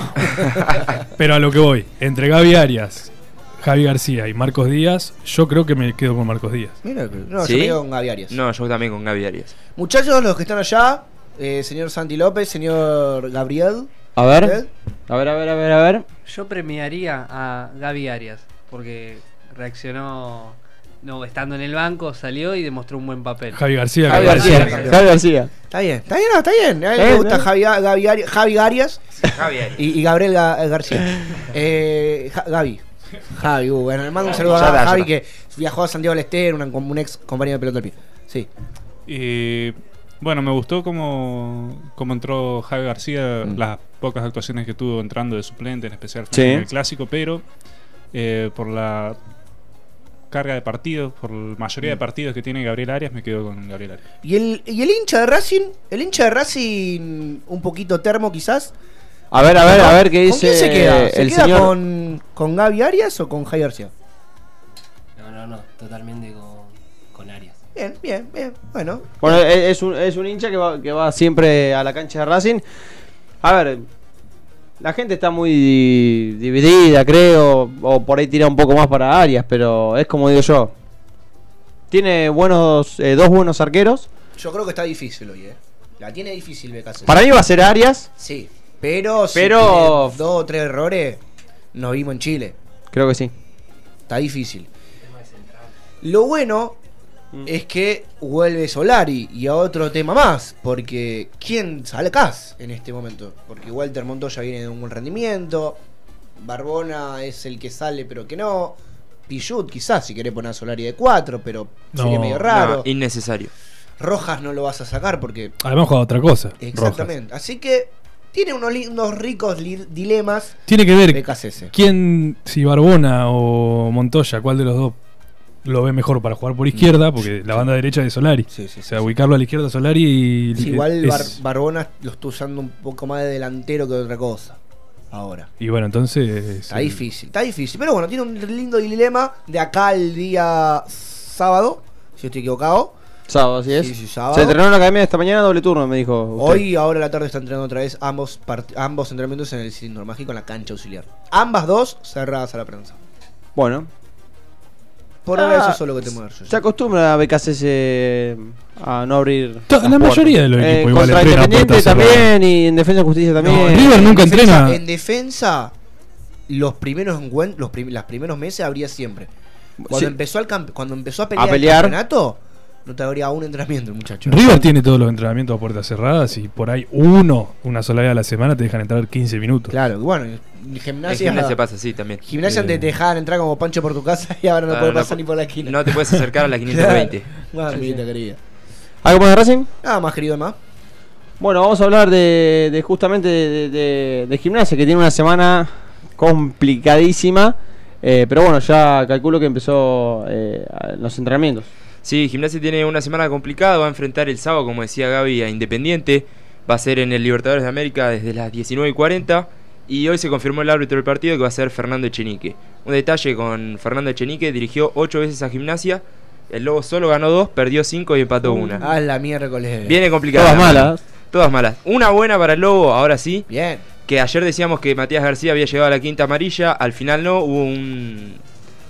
Speaker 4: Pero a lo que voy, entre Gaby Arias, Javi García y Marcos Díaz, yo creo que me quedo con Marcos Díaz.
Speaker 5: Mira, no,
Speaker 12: ¿Sí?
Speaker 5: yo me quedo con Gaby Arias.
Speaker 12: No, yo también con Gaby Arias.
Speaker 5: Muchachos, los que están allá, eh, señor Santi López, señor Gabriel.
Speaker 3: A ver,
Speaker 5: ¿usted?
Speaker 3: a ver, a ver, a ver, a ver.
Speaker 6: Yo premiaría a Gaby Arias porque reaccionó no estando en el banco, salió y demostró un buen papel.
Speaker 4: Javi García,
Speaker 3: Javi García, Javi García.
Speaker 5: Está bien, está bien, no, está bien. A él
Speaker 3: Está
Speaker 5: le
Speaker 3: bien,
Speaker 5: gusta
Speaker 3: está
Speaker 5: Javi, Gaby Ari- Javi Arias
Speaker 12: Javi Arias.
Speaker 5: y, y Gabriel Ga- García. Eh, Ja- Gaby. Javi, uh, bueno, le mando un saludo
Speaker 12: Ya está,
Speaker 5: a
Speaker 12: ya
Speaker 5: Javi que
Speaker 12: está.
Speaker 5: viajó a Santiago del Estero, una, com- un ex compañero de pelota al pie. Sí.
Speaker 8: Eh, bueno, me gustó cómo, cómo entró Javi García,
Speaker 5: Mm.
Speaker 8: las pocas actuaciones que tuvo entrando de suplente, en especial
Speaker 3: Sí.
Speaker 8: en el clásico, pero eh, por la carga de partidos, por la mayoría de
Speaker 5: Mm.
Speaker 8: partidos que tiene Gabriel Arias, me quedo con Gabriel Arias.
Speaker 5: ¿Y el, y el hincha de Racing, el hincha de Racing un poquito termo quizás.
Speaker 3: A ver, a ver, a ver qué
Speaker 5: ¿Con
Speaker 3: dice
Speaker 5: quién se queda? ¿Se
Speaker 3: el
Speaker 5: queda
Speaker 3: señor.
Speaker 5: con, con Gaby Arias o con Javi García?
Speaker 7: No, no, no. Totalmente con, con Arias.
Speaker 5: Bien, bien, bien. Bueno,
Speaker 3: Bueno, e- es un, es un hincha que va, que va siempre a la cancha de Racing. A ver, la gente está muy di- dividida, creo, o por ahí tira un poco más para Arias, pero es como digo yo. Tiene buenos eh, dos buenos arqueros.
Speaker 5: yo creo que está difícil hoy, ¿eh? La tiene difícil BKC.
Speaker 3: Para mí va a ser Arias.
Speaker 5: Sí, pero, si
Speaker 3: Pero-
Speaker 5: tiene dos o tres errores, nos vimos en Chile.
Speaker 3: Creo que sí.
Speaker 5: Está difícil. Lo bueno es que vuelve Solari y a otro tema más, porque ¿quién sacás en este momento? Porque Walter Montoya viene de un buen rendimiento, Barbona es el que sale pero que no, Pichut quizás si querés poner a Solari de 4, pero sería medio raro.
Speaker 12: No, innecesario.
Speaker 5: Rojas no lo vas a sacar porque...
Speaker 4: Además juega otra cosa. Rojas.
Speaker 5: Exactamente, así que tiene unos, li- unos ricos li- dilemas.
Speaker 4: Tiene que ver
Speaker 5: BKCC.
Speaker 4: quién, si Barbona o Montoya, cuál de los dos lo ve mejor para jugar por izquierda, porque la banda derecha es de Solari. o sea, ubicarlo a la izquierda de Solari y...
Speaker 5: Sí, igual
Speaker 4: es-
Speaker 5: Bar- Barbona lo está usando un poco más de delantero que otra cosa. Ahora.
Speaker 4: Y bueno, entonces...
Speaker 5: Está difícil, está difícil. Pero bueno, tiene un lindo dilema de acá al día sábado, si estoy equivocado.
Speaker 3: Sábado, así es.
Speaker 5: Sí, sí, sábado.
Speaker 3: Se entrenó en la academia esta mañana, doble turno, me dijo. usted.
Speaker 5: Hoy y ahora a la tarde está entrenando otra vez ambos, part- ambos entrenamientos en el cilindro mágico en la cancha auxiliar. Ambas dos cerradas a la prensa.
Speaker 3: Bueno.
Speaker 5: Por ahora
Speaker 3: Ah,
Speaker 5: eso es solo que te muevo yo.
Speaker 3: Se acostumbra a BKCS eh, a no abrir.
Speaker 5: To-
Speaker 4: la mayoría de los
Speaker 3: Eh,
Speaker 4: equipos igual
Speaker 3: contra
Speaker 4: entrenan a
Speaker 3: Independiente
Speaker 4: puerta cerrada.
Speaker 3: también y en Defensa y Justicia
Speaker 4: eh,
Speaker 3: también.
Speaker 5: En defensa- Eh, En defensa, los primeros encuen- los, prim- las primeros meses habría siempre. Cuando
Speaker 3: Sí.
Speaker 5: empezó al camp- cuando empezó a pelear,
Speaker 4: pelear.
Speaker 5: el campeonato, no te habría un entrenamiento, el muchacho.
Speaker 4: River tiene todos los entrenamientos a puertas cerradas y por ahí uno, una sola vez a la semana, te dejan entrar 15 minutos.
Speaker 5: Claro, bueno, gimnasia.
Speaker 12: En gimnasia pasa así también.
Speaker 5: Gimnasia antes te dejaban entrar como pancho por tu casa y ahora no
Speaker 12: Claro,
Speaker 5: puedes
Speaker 12: Ah, no
Speaker 5: pasar
Speaker 12: pu-
Speaker 5: ni por la esquina.
Speaker 12: no te puedes acercar a la 520.
Speaker 5: Claro. Mamita querida.
Speaker 3: ¿Algo más de Racing?
Speaker 5: Nada más, querido, más.
Speaker 3: Bueno, vamos a hablar de, de justamente de, de- de gimnasia, que tiene una semana complicadísima. eh, pero bueno, ya calculo que empezó eh, a- los entrenamientos.
Speaker 12: Sí, Gimnasia tiene una semana complicada, va a enfrentar el sábado, como decía Gaby, a Independiente. Va a ser en el Libertadores de América desde las 19.40 y hoy se confirmó el árbitro del partido que va a ser Fernando Echenique. Un detalle con Fernando Echenique, dirigió 8 veces a Gimnasia, el Lobo solo ganó 2, perdió 5 y empató 1.
Speaker 5: Ah, la miércoles.
Speaker 12: Viene complicada.
Speaker 3: Todas
Speaker 12: la mano.
Speaker 3: malas.
Speaker 12: Todas malas. Una buena para el Lobo, ahora sí.
Speaker 5: Bien.
Speaker 12: Que ayer decíamos que Matías García había llegado a la quinta amarilla, al final no, hubo un,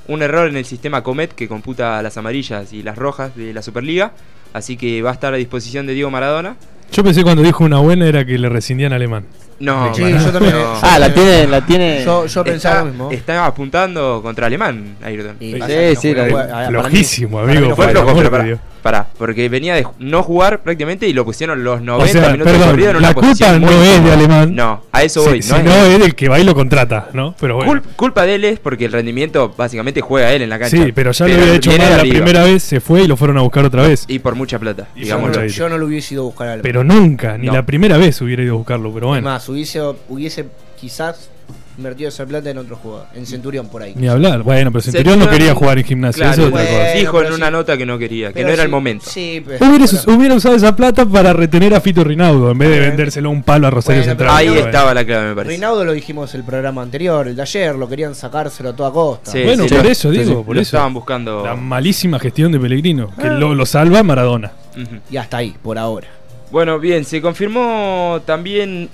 Speaker 12: un error en el sistema Comet que computa las amarillas y las rojas de la Superliga, así que va a estar a disposición de Diego Maradona.
Speaker 4: Yo pensé cuando dijo una buena era que le rescindían alemán.
Speaker 12: No,
Speaker 4: Sí,
Speaker 12: para-
Speaker 4: yo también-
Speaker 12: no.
Speaker 4: yo Ah, la también. tiene- la tiene- Yo-
Speaker 5: yo pensaba
Speaker 12: Eh, está,
Speaker 5: lo mismo.
Speaker 12: Está apuntando contra Alemán, Ayrton.
Speaker 5: Sí, pasa que no sí, juega. la- para mí-
Speaker 4: Flojísimo,
Speaker 12: para mí
Speaker 4: amigo,
Speaker 12: no fue
Speaker 4: por el
Speaker 12: flojo,
Speaker 4: amor
Speaker 12: pero
Speaker 4: de
Speaker 12: pará,
Speaker 4: Dios.
Speaker 12: pará, porque venía de ju- no jugar prácticamente y lo pusieron los 90
Speaker 4: O sea,
Speaker 12: minutos de
Speaker 4: perdón,
Speaker 12: corrido en una
Speaker 4: la culpa
Speaker 12: posición
Speaker 4: no
Speaker 12: muy
Speaker 4: es de
Speaker 12: incómoda.
Speaker 4: alemán.
Speaker 12: No, a eso voy.
Speaker 4: Si, si no es del que va y lo contrata, ¿no? Pero bueno.
Speaker 12: Cul- culpa de él es porque el rendimiento básicamente juega él en la cancha.
Speaker 4: Sí, pero ya lo había hecho
Speaker 12: viene
Speaker 4: mal
Speaker 12: de
Speaker 4: la
Speaker 12: arriba.
Speaker 4: primera vez, se fue y lo fueron a buscar otra vez.
Speaker 12: Y por mucha plata,
Speaker 5: Yo
Speaker 12: digamos.
Speaker 5: no, yo no lo hubiese ido a buscar al.
Speaker 4: Pero nunca, ni
Speaker 12: No.
Speaker 4: la primera vez hubiera ido a buscarlo, pero
Speaker 5: Es
Speaker 4: bueno.
Speaker 5: más, hubiese, hubiese quizás invertido esa plata en otro jugador, en Centurión por ahí.
Speaker 4: Ni hablar. Bueno, pero Centurión no quería jugar en gimnasia, eso es otra cosa.
Speaker 12: Dijo en
Speaker 5: pero
Speaker 12: una
Speaker 5: sí.
Speaker 12: nota que no quería, que
Speaker 5: Pero
Speaker 12: no era el
Speaker 5: sí,
Speaker 12: momento.
Speaker 5: Sí, pero.
Speaker 4: Hubiera, us- hubiera usado esa plata para retener a Fito Rinaudo en vez de vendérselo a un palo a Rosario
Speaker 5: Bueno, pero
Speaker 4: Central.
Speaker 12: Ahí
Speaker 4: Bueno.
Speaker 12: estaba la clave, me parece.
Speaker 5: Reinaudo lo dijimos el programa anterior, el de ayer, lo querían sacárselo a toda costa.
Speaker 12: Sí,
Speaker 4: Bueno,
Speaker 12: sí,
Speaker 4: por
Speaker 12: lo-
Speaker 4: eso
Speaker 12: sí, sí,
Speaker 4: digo, por
Speaker 12: lo
Speaker 4: eso.
Speaker 12: estaban buscando.
Speaker 4: La malísima gestión de Pellegrino,
Speaker 12: Ah.
Speaker 4: que lo, lo salva Maradona.
Speaker 12: Ujú.
Speaker 5: Y hasta ahí, por ahora.
Speaker 12: Bueno, bien, se confirmó también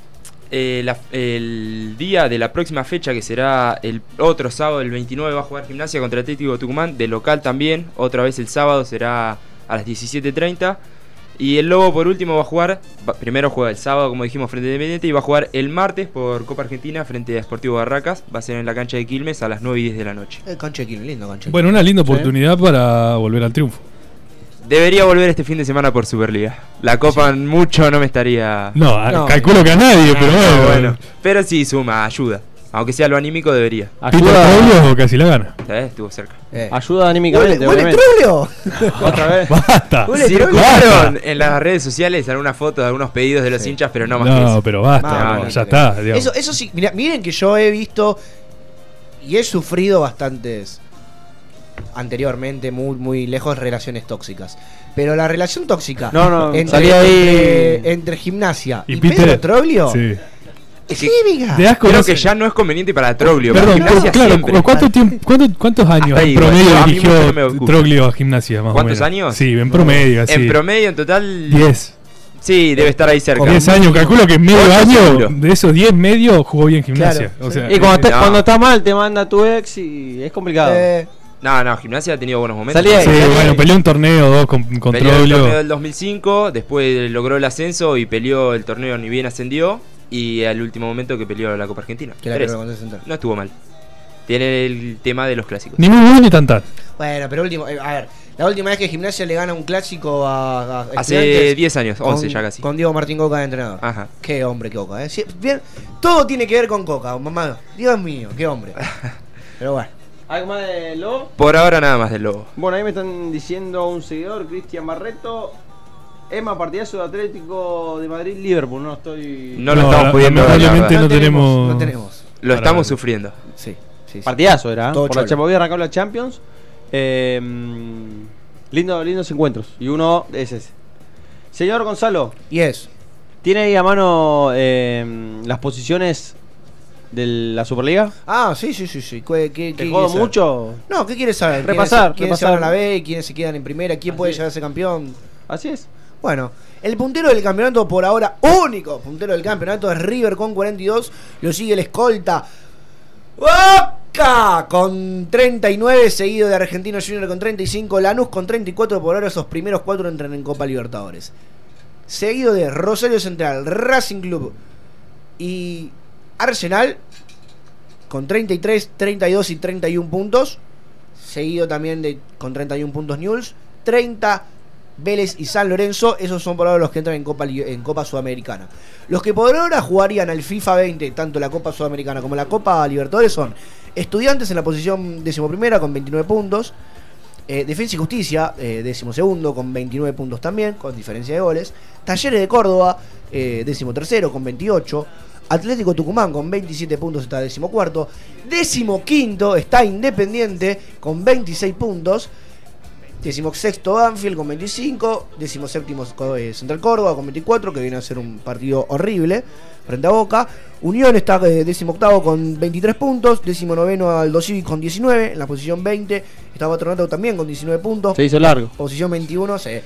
Speaker 12: eh, la- el día de la próxima fecha, que será el otro sábado, el 29, va a jugar Gimnasia contra Atlético Tucumán, de local también, otra vez el sábado será a las 17.30. Y el Lobo por último va a jugar, va- primero juega el sábado como dijimos frente a Independiente y va a jugar el martes por Copa Argentina frente a Sportivo Barracas, va a ser en la cancha de Quilmes a las 9 y 10 de la noche.
Speaker 5: Eh, cancha de Quilmes, lindo cancha. de
Speaker 4: Bueno, una
Speaker 5: Quilmes.
Speaker 4: linda
Speaker 5: Sí.
Speaker 4: oportunidad para volver al triunfo.
Speaker 12: Debería volver este fin de semana por Superliga. La Copa mucho no me estaría...
Speaker 4: No, a- calculo que a nadie, pero bueno.
Speaker 12: No, Pero sí suma, ayuda. Aunque sea lo anímico, debería.
Speaker 4: Pito Troglio casi la gana.
Speaker 12: ¿Sabes? Estuvo cerca.
Speaker 5: Eh.
Speaker 3: Ayuda anímicamente.
Speaker 12: ¿Huele- huele
Speaker 3: Troglio! Otra vez.
Speaker 4: Basta.
Speaker 12: Circularon en las redes sociales algunas fotos de algunos pedidos de los hinchas, pero no más
Speaker 4: No,
Speaker 12: que eso.
Speaker 4: pero basta,
Speaker 12: No,
Speaker 4: ya está. digamos.
Speaker 5: Eso, eso sí, mirá, miren que yo he visto y he sufrido bastantes anteriormente, muy, muy lejos, relaciones tóxicas. Pero la relación tóxica
Speaker 3: No, no,
Speaker 5: entre,
Speaker 3: salí ahí.
Speaker 5: entre- entre gimnasia y,
Speaker 12: Y
Speaker 5: Pedro
Speaker 12: Peter-
Speaker 5: Troglio
Speaker 4: Sí.
Speaker 5: es química.
Speaker 4: Te das con
Speaker 12: Creo
Speaker 4: ese-
Speaker 12: que ya no es conveniente para Troglio.
Speaker 4: Perdón,
Speaker 12: para Gimnasia
Speaker 4: claro,
Speaker 12: siempre.
Speaker 4: ¿cuánto tiempo- cuánto- ¿cuántos años
Speaker 12: Hasta ahí,
Speaker 4: en promedio
Speaker 12: bueno, a mí mucho
Speaker 4: dirigió
Speaker 12: no me ocupa.
Speaker 4: Troglio a gimnasia? Más o
Speaker 12: ¿Cuántos
Speaker 4: menos?
Speaker 12: años?
Speaker 4: Sí, en promedio, así.
Speaker 12: En promedio, en total.
Speaker 4: 10.
Speaker 12: Sí, debe estar ahí cerca.
Speaker 4: 10 años, calculo que medio
Speaker 12: Ocho
Speaker 4: año,
Speaker 12: seguro.
Speaker 4: de esos 10 medio, jugó bien gimnasia. o sea,
Speaker 3: y cuando,
Speaker 12: eh,
Speaker 3: está,
Speaker 12: no.
Speaker 3: cuando está mal te manda tu ex y es complicado.
Speaker 12: Eh.
Speaker 5: Eh,
Speaker 12: No, no, Gimnasia ha tenido buenos momentos.
Speaker 3: Salí ahí.
Speaker 4: sí, bueno, peleó un torneo o dos con, con
Speaker 12: eh, Peleó el
Speaker 4: Troglio.
Speaker 12: torneo del 2005, después logró el ascenso y peleó el torneo ni bien ascendió. Y al último momento que peleó la Copa Argentina.
Speaker 5: Que la
Speaker 12: Tres.
Speaker 5: peleó con Central.
Speaker 12: No estuvo mal. Tiene el tema de los clásicos.
Speaker 4: Ni muy bueno ni tan tal.
Speaker 5: Bueno, pero último, eh, a ver, la última vez que gimnasia le gana un clásico a, a
Speaker 12: Hace
Speaker 5: Estudiantes,
Speaker 12: 10 años, 11
Speaker 5: con-
Speaker 12: ya casi. Ah.
Speaker 5: Con Diego Martín Coca de entrenador.
Speaker 12: Ajá.
Speaker 5: Qué hombre, qué Coca, eh. Sí, bien, todo tiene que ver con Coca, mamá. Dios mío, qué hombre. Pero bueno.
Speaker 3: ¿Algo más de Lobo?
Speaker 12: Por ahora nada más del Lobo.
Speaker 3: Bueno, ahí me están diciendo un seguidor, Cristian Barreto. Emma, partidazo de Atlético de Madrid, Liverpool. No estoy.
Speaker 12: No lo estamos pudiendo ver, la
Speaker 4: lamentablemente
Speaker 12: verdad.
Speaker 4: no tenemos- no
Speaker 5: tenemos.
Speaker 12: Lo
Speaker 3: Para
Speaker 12: estamos
Speaker 3: ver.
Speaker 12: sufriendo.
Speaker 5: Sí, sí.
Speaker 3: Partidazo era. ¿eh?
Speaker 12: Todo
Speaker 3: Por la
Speaker 12: cholo.
Speaker 3: Chapovía arrancó la Champions. Eh, mm, lindo, lindos encuentros. Y uno es ese. Señor Gonzalo.
Speaker 5: Yes.
Speaker 3: ¿Tiene ahí a mano eh, las posiciones de la Superliga?
Speaker 5: Ah, sí, sí, sí, sí. ¿Qué, qué,
Speaker 3: ¿Te
Speaker 5: qué
Speaker 3: jodo
Speaker 5: quieres saber?
Speaker 3: mucho?
Speaker 5: No, ¿qué quieres saber?
Speaker 3: Repasar,
Speaker 5: ¿Quiénes, quiénes se
Speaker 3: repasar.
Speaker 5: van a la B? ¿Quiénes se quedan en primera? ¿Quién puede llegar a ser campeón?
Speaker 3: Así es.
Speaker 5: Bueno, el puntero del campeonato por ahora, único puntero del campeonato es River con 42. Lo sigue el escolta. Boca con 39, seguido de Argentino Junior con 35. Lanús con 34. Por ahora esos primeros cuatro entran en Copa Libertadores. Seguido de Rosario Central, Racing Club y Arsenal con 33, 32 y 31 puntos. Seguido también de, con 31 puntos News. 30 Vélez y San Lorenzo. Esos son por ahora los que entran en Copa, Li- en Copa Sudamericana. Los que por ahora jugarían al FIFA 20, tanto la Copa Sudamericana como la Copa Libertadores, son Estudiantes en la posición decimoprimera con 29 puntos. eh, Defensa y Justicia, eh, decimosegundo, con 29 puntos también, con diferencia de goles. Talleres de Córdoba, eh, decimotercero, con 28. Atlético Tucumán con 27 puntos está decimocuarto. Decimoquinto está Independiente con 26 puntos. Decimosexto Banfield con 25. Decimoséptimo eh, Central Córdoba con 24, que viene a ser un partido horrible frente a Boca. Unión está eh, decimoctavo con 23 puntos. Decimonoveno Aldo Civic con 19. En la posición 20 está Patronato también con 19 puntos.
Speaker 3: Se hizo largo.
Speaker 5: Posición 21 se-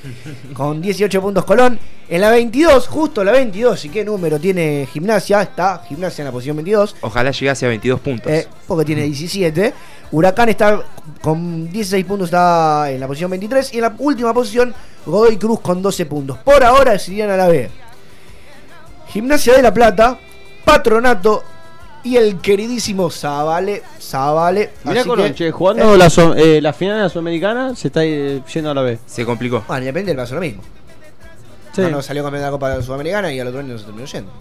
Speaker 5: con 18 puntos Colón. En la 22, justo la 22, ¿y qué número tiene Gimnasia? Está Gimnasia en la posición 22.
Speaker 12: Ojalá llegase a 22 puntos.
Speaker 5: Eh, porque tiene 17. Huracán está con 16 puntos, está en la posición 23. Y en la última posición, Godoy Cruz con 12 puntos. Por ahora decidirían a la B. Gimnasia de la Plata, Patronato y el queridísimo Zabale. Zabale.
Speaker 3: Mirá
Speaker 5: Así
Speaker 3: Colón,
Speaker 5: que-
Speaker 3: che, jugando
Speaker 5: Eh,
Speaker 3: la, so- eh, la final de la Sudamericana se está eh, yendo a la B.
Speaker 12: Se complicó.
Speaker 5: Bueno, Independiente le pasó lo mismo.
Speaker 3: Sí.
Speaker 5: No, no, salió campeón de la Copa Sudamericana y al otro año no se terminó yendo.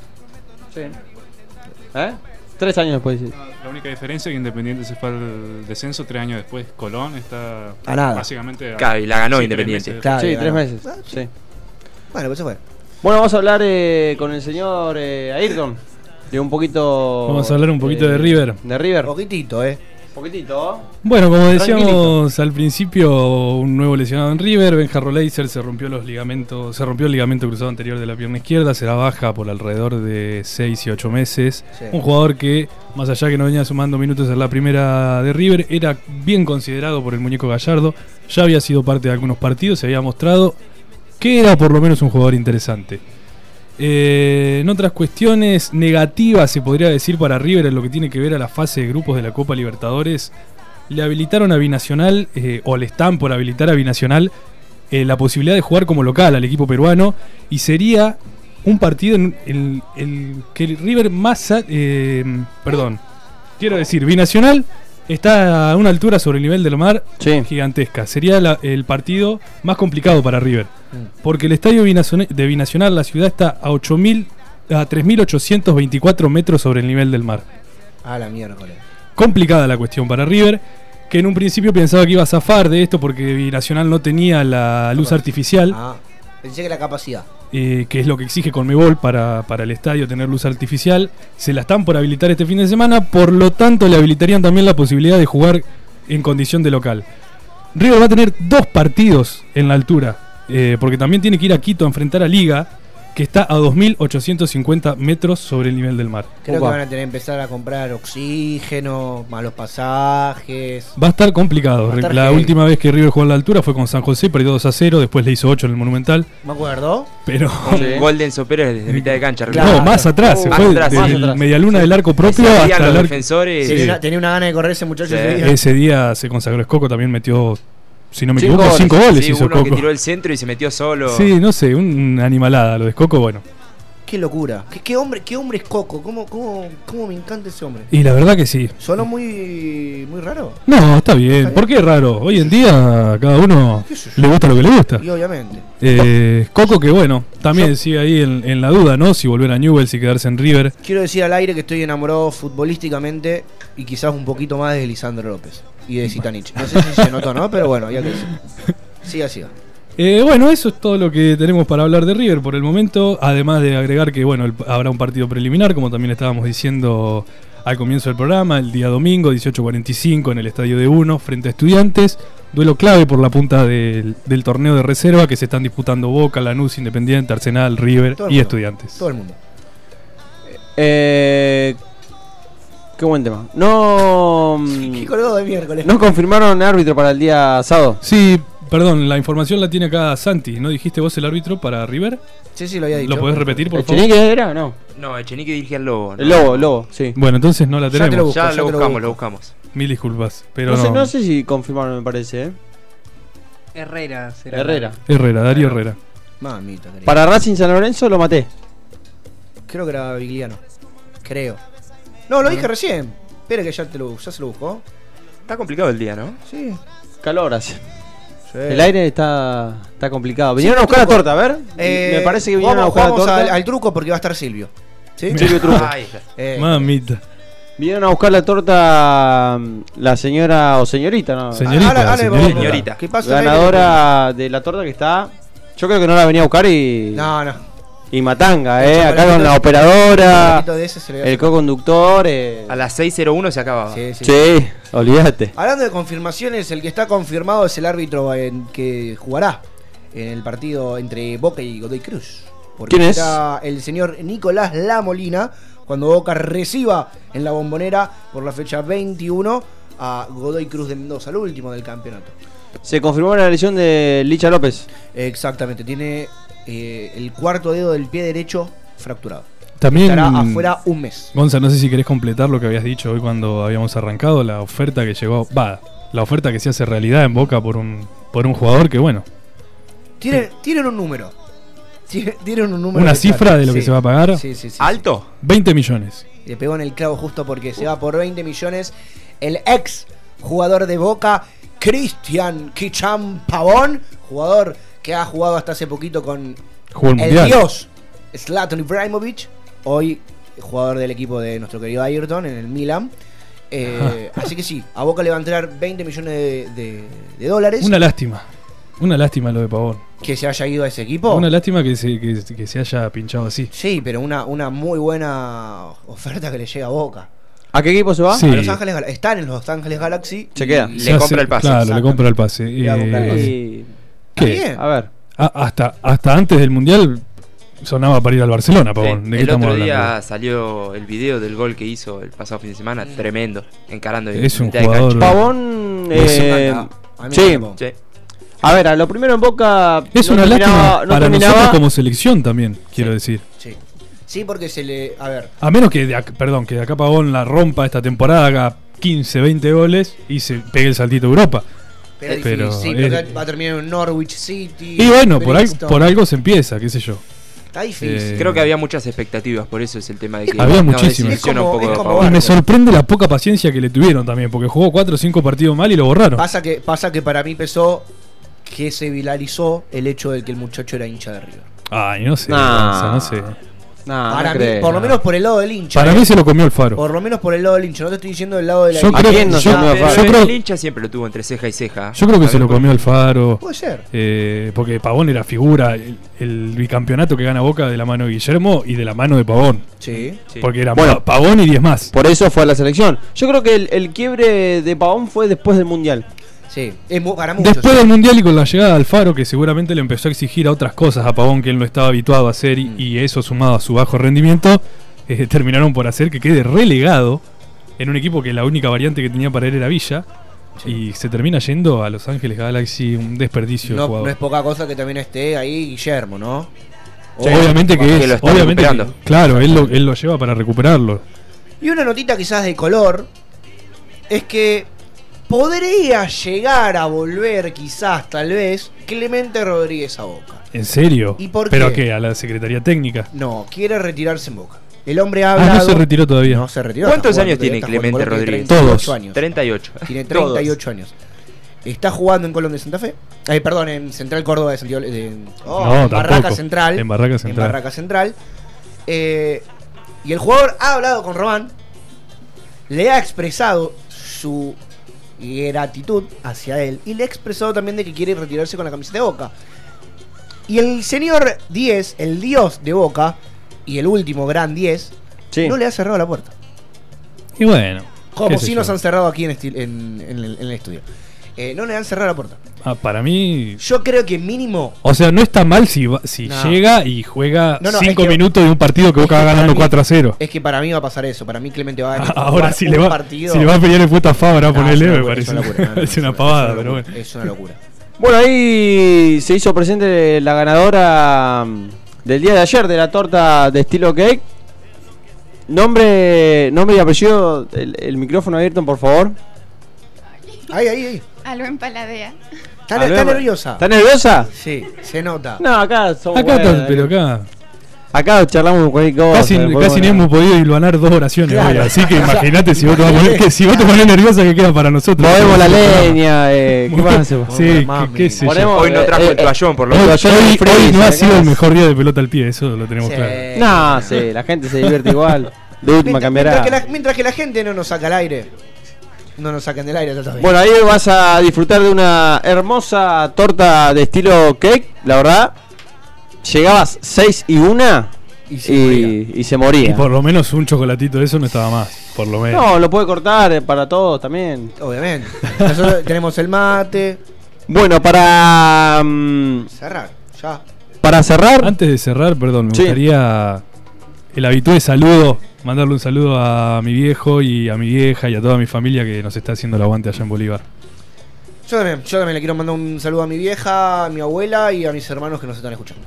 Speaker 3: ¿Eh? Tres años después. sí.
Speaker 8: La única diferencia es que Independiente se fue al descenso tres años después. Colón está
Speaker 3: A nada.
Speaker 8: básicamente... a-
Speaker 12: Claro, y la ganó
Speaker 8: sí, tres
Speaker 12: Independiente.
Speaker 8: meses.
Speaker 3: sí, tres meses.
Speaker 5: Ah,
Speaker 3: sí.
Speaker 5: Bueno, pues se fue.
Speaker 3: Bueno, vamos a hablar eh, con el señor eh, Ayrton. De un poquito.
Speaker 4: Vamos a hablar un poquito
Speaker 3: eh,
Speaker 4: de River.
Speaker 3: De River.
Speaker 5: Poquitito, eh.
Speaker 3: Poquitito.
Speaker 4: Bueno, como decíamos
Speaker 3: Tranquilito.
Speaker 4: al principio, un nuevo lesionado en River, Benja Roleiser se rompió los ligamentos, se rompió el ligamento cruzado anterior de la pierna izquierda, será baja por alrededor de 6 y 8 meses.
Speaker 9: Sí.
Speaker 4: Un jugador que, más allá que no venía sumando minutos en la primera de River, era bien considerado por el muñeco Gallardo, ya había sido parte de algunos partidos, se había mostrado que era por lo menos un jugador interesante. Eh, en otras cuestiones negativas, se podría decir para River en lo que tiene que ver a la fase de grupos de la Copa Libertadores, le habilitaron a Binacional, eh, o le están por habilitar a Binacional, eh, la posibilidad de jugar como local al equipo peruano, y sería un partido en el, el que el River más... sa- eh, perdón, quiero decir, Binacional está a una altura sobre el nivel del mar gigantesca. Sería la- el partido más complicado para River. Porque el estadio binacione- de Binacional, la ciudad, está a 8.000, a 3.824 metros sobre el nivel del mar.
Speaker 5: A la miércoles.
Speaker 4: Complicada la cuestión para River, que en un principio pensaba que iba a zafar de esto porque Binacional no tenía la luz artificial,
Speaker 5: Ah, pensé que la capacidad.
Speaker 4: eh, que es lo que exige Conmebol para, para el estadio tener luz artificial. Se la están por habilitar este fin de semana, por lo tanto le habilitarían también la posibilidad de jugar en condición de local. River va a tener dos partidos en la altura, eh, porque también tiene que ir a Quito a enfrentar a Liga, que está a 2.850 metros sobre el nivel del mar.
Speaker 5: Creo
Speaker 4: Opa.
Speaker 5: que van a tener que empezar a comprar oxígeno, malos pasajes.
Speaker 4: Va a estar complicado.
Speaker 5: Va a estar
Speaker 4: la
Speaker 5: heavy.
Speaker 4: última vez que River jugó a la altura fue con San José, perdió 2 a 0, después le hizo 8 en el Monumental.
Speaker 5: ¿Me acuerdo?
Speaker 4: Pero.
Speaker 12: Un gol de Enzo Pérez desde mitad de cancha.
Speaker 4: No, más atrás, se
Speaker 12: Más
Speaker 4: fue
Speaker 12: atrás,
Speaker 4: desde
Speaker 12: más
Speaker 4: el
Speaker 12: atrás.
Speaker 4: medialuna del arco propio
Speaker 12: Ese día
Speaker 4: hasta
Speaker 12: los
Speaker 4: el arco.
Speaker 12: defensores-
Speaker 4: Sí.
Speaker 5: Tenía, una, tenía una gana de correr ese muchacho ese día.
Speaker 4: Ese día se consagró Escoco, también metió, si no me
Speaker 12: Cinco
Speaker 4: equivoco, 5 goles
Speaker 12: Sí,
Speaker 4: hizo
Speaker 12: uno que
Speaker 4: Escoco.
Speaker 12: tiró el centro y se metió solo.
Speaker 4: Sí, no sé, una animalada lo de Escoco, bueno.
Speaker 5: Qué locura. Qué, qué hombre, qué hombre es Coco. ¿Cómo, cómo, cómo me encanta ese hombre?
Speaker 4: Y la verdad que sí.
Speaker 5: Sonó muy, muy raro.
Speaker 4: No, está bien. ¿Por qué es raro? Hoy en día cada uno le gusta lo que le gusta.
Speaker 5: Y obviamente.
Speaker 4: Eh, Coco que bueno, también sigue ahí en, en la duda, ¿no? Si volver a Newell's y quedarse en River.
Speaker 5: Quiero decir al aire que estoy enamorado futbolísticamente y quizás un poquito más de Lisandro López y de Zitanich. No sé si se notó, ¿no? Pero bueno, ya que sí. Siga, siga.
Speaker 4: Eh, bueno, eso es todo lo que tenemos para hablar de River por el momento. Además de agregar que bueno, el- habrá un partido preliminar, como también estábamos diciendo al comienzo del programa, el día domingo, 18.45, en el Estadio de Uno, frente a Estudiantes. Duelo clave por la punta del, del torneo de reserva que se están disputando Boca, Lanús, Independiente, Arsenal, River
Speaker 5: Todo el
Speaker 4: y
Speaker 5: mundo.
Speaker 4: Estudiantes.
Speaker 5: Todo el mundo.
Speaker 3: Eh, qué buen tema. No. mm,
Speaker 4: Mm.
Speaker 5: Qué colgado de miércoles.
Speaker 3: no confirmaron árbitro para el día sábado.
Speaker 4: Sí, Perdón, la información la tiene acá Santi. ¿No dijiste vos el árbitro para River?
Speaker 5: Sí, sí, lo había dicho.
Speaker 4: ¿Lo podés repetir, por favor?
Speaker 3: ¿Echenique era o no?
Speaker 12: No, Echenique dirigía al Lobo. ¿no?
Speaker 3: El lobo, lobo, sí.
Speaker 4: Bueno, entonces no la
Speaker 12: Ya te lo
Speaker 4: tenemos.
Speaker 12: busco, Ya ya lo te lo buscamos, busco. lo buscamos.
Speaker 4: Mil disculpas, pero
Speaker 3: No,
Speaker 4: no.
Speaker 3: sé, no sé si confirmaron, me parece, ¿eh?
Speaker 6: Herrera será.
Speaker 3: Herrera.
Speaker 4: Herrera, Darío Herrera.
Speaker 5: Mamita, querida.
Speaker 3: Para Racing San Lorenzo lo maté.
Speaker 5: Creo que era Vigliano. Creo. No, lo dije recién. Espera que ya, te lo, ya se lo buscó.
Speaker 12: Está complicado el día, ¿no?
Speaker 5: Sí.
Speaker 3: Calor hace.
Speaker 5: Eh.
Speaker 3: El aire está, está complicado. Vinieron a buscar la torta, a ver. me parece que vinieron a buscar la torta.
Speaker 5: Eh, Al, al truco porque va a estar Silvio. ¿Sí?
Speaker 3: Silvio Truco.
Speaker 5: Eh,
Speaker 4: Mamita.
Speaker 3: Vinieron a buscar la torta mm, la señora o señorita, ¿no?
Speaker 5: ah,
Speaker 4: Señorita, Ahora- ahora le vamos a señorita. preguntar. ¿Qué pasa,
Speaker 3: Ganadora de la torta que está. Yo creo que no la venía a buscar y.
Speaker 5: No, no.
Speaker 3: Y matanga, ¿eh?
Speaker 12: El
Speaker 3: Acá con la
Speaker 12: chocolatito- el
Speaker 3: operadora,
Speaker 12: chocolatito de ese se le va a
Speaker 3: el
Speaker 12: hacer.
Speaker 3: co-conductor. eh.
Speaker 12: A las 6.01 se acababa.
Speaker 5: Sí,
Speaker 3: Sí, olvídate.
Speaker 5: Hablando de confirmaciones, el que está confirmado es el árbitro en que jugará en el partido entre Boca y Godoy Cruz. Porque
Speaker 3: ¿Quién es?
Speaker 5: está el señor Nicolás La Molina cuando Boca reciba en la bombonera por la fecha 21 a Godoy Cruz de Mendoza, el último del campeonato.
Speaker 3: Se confirmó la lesión de Licha López.
Speaker 5: Exactamente, tiene eh, el cuarto dedo del pie derecho fracturado.
Speaker 4: También.
Speaker 5: Estará afuera un mes.
Speaker 4: Gonza, no sé si querés completar lo que habías dicho hoy cuando habíamos arrancado, la oferta que llegó. Va, la oferta que se hace realidad en Boca por un, por un jugador que, bueno,
Speaker 5: Tienen, tienen un número. Tiene- Tienen un número.
Speaker 4: una
Speaker 5: exacto.
Speaker 4: cifra de lo que
Speaker 5: Sí.
Speaker 4: se va a pagar.
Speaker 5: Sí, sí, sí, sí.
Speaker 12: Ah,
Speaker 4: 20 millones.
Speaker 5: Le pegó en el clavo justo porque se va por 20 millones el ex jugador de Boca, Cristian Kicham Pavón, jugador que ha jugado hasta hace poquito con
Speaker 4: Jugó el Mundial.
Speaker 5: dios Zlatan Ibrahimovic, hoy jugador del equipo de nuestro querido Ayrton en el Milan. Eh, así que sí, a Boca le va a entrar 20 millones de, de- de dólares.
Speaker 4: Una lástima. Una lástima lo de Pavón.
Speaker 5: que se haya ido a ese equipo.
Speaker 4: Una lástima que se, que, que se haya pinchado así.
Speaker 5: sí, pero una, una muy buena oferta que le llega a Boca.
Speaker 3: ¿A qué equipo se va?
Speaker 4: Sí.
Speaker 5: A Los Ángeles Gal- están en Los Ángeles Galaxy.
Speaker 3: Se queda.
Speaker 5: Y-
Speaker 4: Se hace- Claro, le compra el pase.
Speaker 5: Le va a comprar el
Speaker 4: Eh,
Speaker 5: pase.
Speaker 4: ¿qué?
Speaker 5: Está bien.
Speaker 3: A ver.
Speaker 4: A- hasta, hasta antes del Mundial sonaba para ir al Barcelona, Pavón. ¿De qué
Speaker 12: el
Speaker 4: estamos
Speaker 12: otro
Speaker 4: hablando?
Speaker 12: día salió el video del gol que hizo el pasado fin de semana, tremendo, encarando. el-
Speaker 4: Es un
Speaker 12: mitad de
Speaker 4: jugador-
Speaker 12: cancha.
Speaker 3: Pavón.
Speaker 12: Es
Speaker 3: eh,
Speaker 12: una- a mí me
Speaker 3: sí.
Speaker 12: encantó. Sí.
Speaker 3: A ver, a lo primero en Boca.
Speaker 4: Es
Speaker 3: no
Speaker 4: una
Speaker 3: terminaba-
Speaker 4: lástima
Speaker 3: no
Speaker 4: para
Speaker 3: terminaba-
Speaker 4: nosotros como selección también, quiero decir.
Speaker 5: Sí. Sí, porque se le. A ver.
Speaker 4: A menos que, de ac- perdón, que de acá Pavón la rompa esta temporada, haga 15, 20 goles y se pegue el saltito a Europa.
Speaker 5: Pero, es
Speaker 4: Pero,
Speaker 5: difícil, sí,
Speaker 4: eh,
Speaker 5: porque va a terminar en Norwich City.
Speaker 4: y bueno, por, al-
Speaker 5: Bristol.
Speaker 4: por algo se empieza, qué sé yo.
Speaker 5: Está difícil.
Speaker 4: Eh,
Speaker 12: Creo que había muchas expectativas, por eso es el tema de que
Speaker 4: Había
Speaker 12: no,
Speaker 4: muchísimas.
Speaker 12: desilusiona un poco Pavón.
Speaker 4: Y me sorprende la poca paciencia que le tuvieron también, porque jugó 4 o 5 partidos mal y lo borraron.
Speaker 5: Pasa que, pasa que para mí pesó que se viralizó el hecho de que el muchacho era hincha de River.
Speaker 4: Ay, no sé.
Speaker 3: Nah.
Speaker 4: Gonza, Ah, no sé.
Speaker 3: Nah,
Speaker 5: para
Speaker 3: no
Speaker 5: mí,
Speaker 3: creo.
Speaker 5: por lo menos por el lado del hincha. eh.
Speaker 4: Para mí se lo comió el Faro.
Speaker 5: Por lo menos por el lado del hincha. No te estoy diciendo del lado de la
Speaker 4: Yo
Speaker 5: hincha.
Speaker 4: creo- ¿A quién no yo- se comió el
Speaker 12: Pero
Speaker 4: Yo
Speaker 12: el
Speaker 4: creo-
Speaker 12: hincha siempre lo tuvo entre ceja y ceja.
Speaker 4: Yo creo que se lo comió Alfaro.
Speaker 5: Puede ser.
Speaker 4: Eh, porque Pavón era figura. El, el bicampeonato que gana Boca de la mano de Guillermo y de la mano de Pavón.
Speaker 5: Sí.
Speaker 4: Porque era
Speaker 3: Bueno.
Speaker 4: Pa- Pavón y 10 más.
Speaker 3: Por eso fue a la selección. Yo creo que el, el quiebre de Pavón fue después del Mundial.
Speaker 5: Sí, es mu- para muchos.
Speaker 4: Después
Speaker 5: sí.
Speaker 4: del Mundial y con la llegada de Alfaro, que seguramente le empezó a exigir a otras cosas a Pavón que él no estaba habituado a hacer,
Speaker 5: Mm.
Speaker 4: y, y eso sumado a su bajo rendimiento, eh, terminaron por hacer que quede relegado en un equipo que la única variante que tenía para él era Villa. Y se termina yendo a Los Ángeles Galaxy, un desperdicio de
Speaker 5: no,
Speaker 4: jugador.
Speaker 5: no es poca cosa que también esté ahí Guillermo, ¿no?
Speaker 4: Sí, obviamente que es.
Speaker 12: lo está
Speaker 4: obviamente que-
Speaker 12: recuperando.
Speaker 4: claro, él lo, él lo lleva para recuperarlo.
Speaker 5: Y una notita quizás de color es que podría llegar a volver quizás, tal vez, Clemente Rodríguez a Boca.
Speaker 4: ¿En serio?
Speaker 5: ¿Y por
Speaker 4: ¿Pero
Speaker 5: qué?
Speaker 4: qué? ¿A la Secretaría Técnica?
Speaker 5: No, quiere retirarse en Boca. El hombre ha
Speaker 4: Ah, no
Speaker 5: hablado...
Speaker 4: se retiró todavía.
Speaker 5: No se retiró.
Speaker 12: ¿Cuántos
Speaker 5: Está jugando
Speaker 12: años
Speaker 5: todavía,
Speaker 12: tiene
Speaker 5: está jugando en Colombia,
Speaker 12: Clemente Rodríguez?
Speaker 5: Tiene 38
Speaker 12: Todos.
Speaker 5: años.
Speaker 12: 38.
Speaker 5: Tiene 38 años. Está jugando en Colón de Santa Fe. Eh, perdón, en Central Córdoba de Santiago. de- oh,
Speaker 4: No,
Speaker 5: en Barraca
Speaker 4: tampoco.
Speaker 5: Central.
Speaker 4: En Barraca Central.
Speaker 5: En Barraca Central. Eh, y el jugador ha hablado con Román. Le ha expresado su gratitud hacia él. Y le ha expresado también de que quiere retirarse con la camiseta de Boca. Y el señor 10, el dios de Boca. Y el último gran 10. No le ha cerrado la puerta.
Speaker 4: Y bueno.
Speaker 5: Como
Speaker 4: qué sé
Speaker 5: si
Speaker 4: yo.
Speaker 5: nos han cerrado aquí en, estil- en- en el, en el estudio. Eh, no le han cerrado la puerta.
Speaker 4: Ah, para mí.
Speaker 5: Yo creo que mínimo.
Speaker 4: O sea, no está mal si, va- si
Speaker 5: No.
Speaker 4: llega y juega
Speaker 5: No, no,
Speaker 4: 5
Speaker 5: es que-
Speaker 4: minutos de un partido que
Speaker 5: es
Speaker 4: Boca
Speaker 5: que
Speaker 4: va
Speaker 5: para
Speaker 4: ganando
Speaker 5: mí-
Speaker 4: 4 a 0.
Speaker 5: Es que para mí va a pasar eso. Para mí Clemente va a ganar
Speaker 4: Ahora
Speaker 5: un
Speaker 4: sí le va,
Speaker 5: partido.
Speaker 4: si le va a pelear el puesto a Fabra,
Speaker 5: No,
Speaker 4: ponerle,
Speaker 5: es una
Speaker 4: me
Speaker 5: locura, es una locura, no,
Speaker 4: parece.
Speaker 5: no,
Speaker 4: es una pavada, pero bueno.
Speaker 5: Es una locura.
Speaker 3: Bueno, ahí se hizo presente la ganadora mm, del día de ayer de la torta de estilo cake. Nombre, nombre y apellido, el, el micrófono abierto, por favor.
Speaker 5: Ahí, ahí, ahí.
Speaker 13: Algo en paladea.
Speaker 5: Está,
Speaker 3: Hablemos.
Speaker 5: está nerviosa.
Speaker 3: ¿Está nerviosa?
Speaker 5: Sí, se nota.
Speaker 3: No, acá somos
Speaker 4: Acá,
Speaker 3: buenos,
Speaker 5: eh.
Speaker 4: está- pero acá.
Speaker 3: Acá charlamos con cualquier cosa.
Speaker 4: Casi,
Speaker 3: podemos-
Speaker 4: casi ni hemos podido iluanar dos oraciones
Speaker 3: Claro.
Speaker 4: hoy, así que
Speaker 3: O sea,
Speaker 4: imagínate si vos te vas a poner, que si vos te pones nerviosa que queda para nosotros.
Speaker 3: Movemos la leña, eh, ¿qué más hacemos?
Speaker 4: Sí, qué, qué sé yo.
Speaker 3: Ponemos, Hoy no eh, trajo el eh, toallón, por lo
Speaker 4: Hoy-
Speaker 3: menos. el toallón
Speaker 4: hoy-
Speaker 3: en freezer,
Speaker 4: hoy no ha
Speaker 3: acá.
Speaker 4: sido el mejor día de pelota al pie, eso lo tenemos
Speaker 5: Sí.
Speaker 4: claro.
Speaker 3: eh, No, sí, la gente se divierte igual. De última
Speaker 5: Mientras que,
Speaker 3: cambiará.
Speaker 5: la, mientras que la gente no nos saca al aire. No nos sacan del aire, está todo bien.
Speaker 3: Bueno, ahí vas a disfrutar de una hermosa torta de estilo cake, la verdad. Llegabas 6 y 1 y se moría. Y, se
Speaker 4: Y
Speaker 3: moría.
Speaker 4: por lo menos un chocolatito de eso no estaba más, por lo menos.
Speaker 3: No, lo puede cortar eh, para todos también.
Speaker 5: Obviamente. Nosotros tenemos el mate.
Speaker 3: Bueno, para. mm,
Speaker 5: Cerrar, ya.
Speaker 3: Para cerrar.
Speaker 4: Antes de cerrar, perdón, me
Speaker 3: Sí.
Speaker 4: gustaría el habitué saludo, mandarle un saludo a mi viejo y a mi vieja y a toda mi familia que nos está haciendo el aguante allá en Bolívar.
Speaker 5: Yo también, yo también le quiero mandar un saludo a mi vieja, a mi abuela y a mis hermanos que nos están escuchando.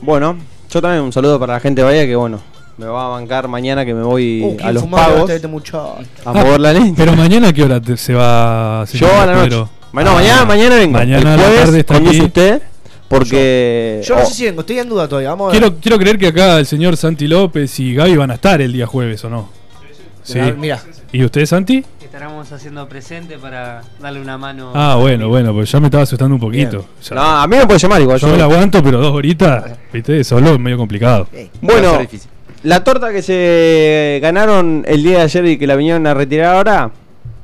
Speaker 3: Bueno, yo también un saludo para la gente de Bahía que, bueno, me va a bancar mañana que me voy
Speaker 5: Uh, ¿quién
Speaker 3: a los
Speaker 5: fumaba
Speaker 3: pagos.
Speaker 5: antes de este muchacho?
Speaker 3: A mover la leña.
Speaker 4: Pero mañana, ¿qué hora te- se va? se
Speaker 3: Yo
Speaker 4: llama
Speaker 3: a la noche.
Speaker 4: Pedro?
Speaker 3: Ma- no, mañana, mañana vengo.
Speaker 4: Ah, Mañana a
Speaker 3: el
Speaker 4: la
Speaker 3: jueves
Speaker 4: tarde está
Speaker 3: conduce
Speaker 4: aquí.
Speaker 3: usted porque.
Speaker 5: Yo no
Speaker 3: oh,
Speaker 5: sé si vengo, estoy en duda todavía. Vamos a ver.
Speaker 4: Quiero, quiero creer que acá el señor Santi López y Gaby van a estar el día jueves, ¿o no? Sí.
Speaker 5: Mirá, mirá.
Speaker 4: ¿Y usted, Santi?
Speaker 7: Estaremos haciendo presente para darle una mano.
Speaker 4: Ah, bueno, bueno, pues ya me estaba asustando un poquito. Ya-
Speaker 3: No, a mí me puede llamar igual.
Speaker 4: Yo
Speaker 3: yo-
Speaker 4: me la aguanto, pero dos horitas, viste, solo es medio complicado.
Speaker 5: Eh,
Speaker 3: Bueno, la torta que se ganaron el día de ayer y que la vinieron a retirar ahora,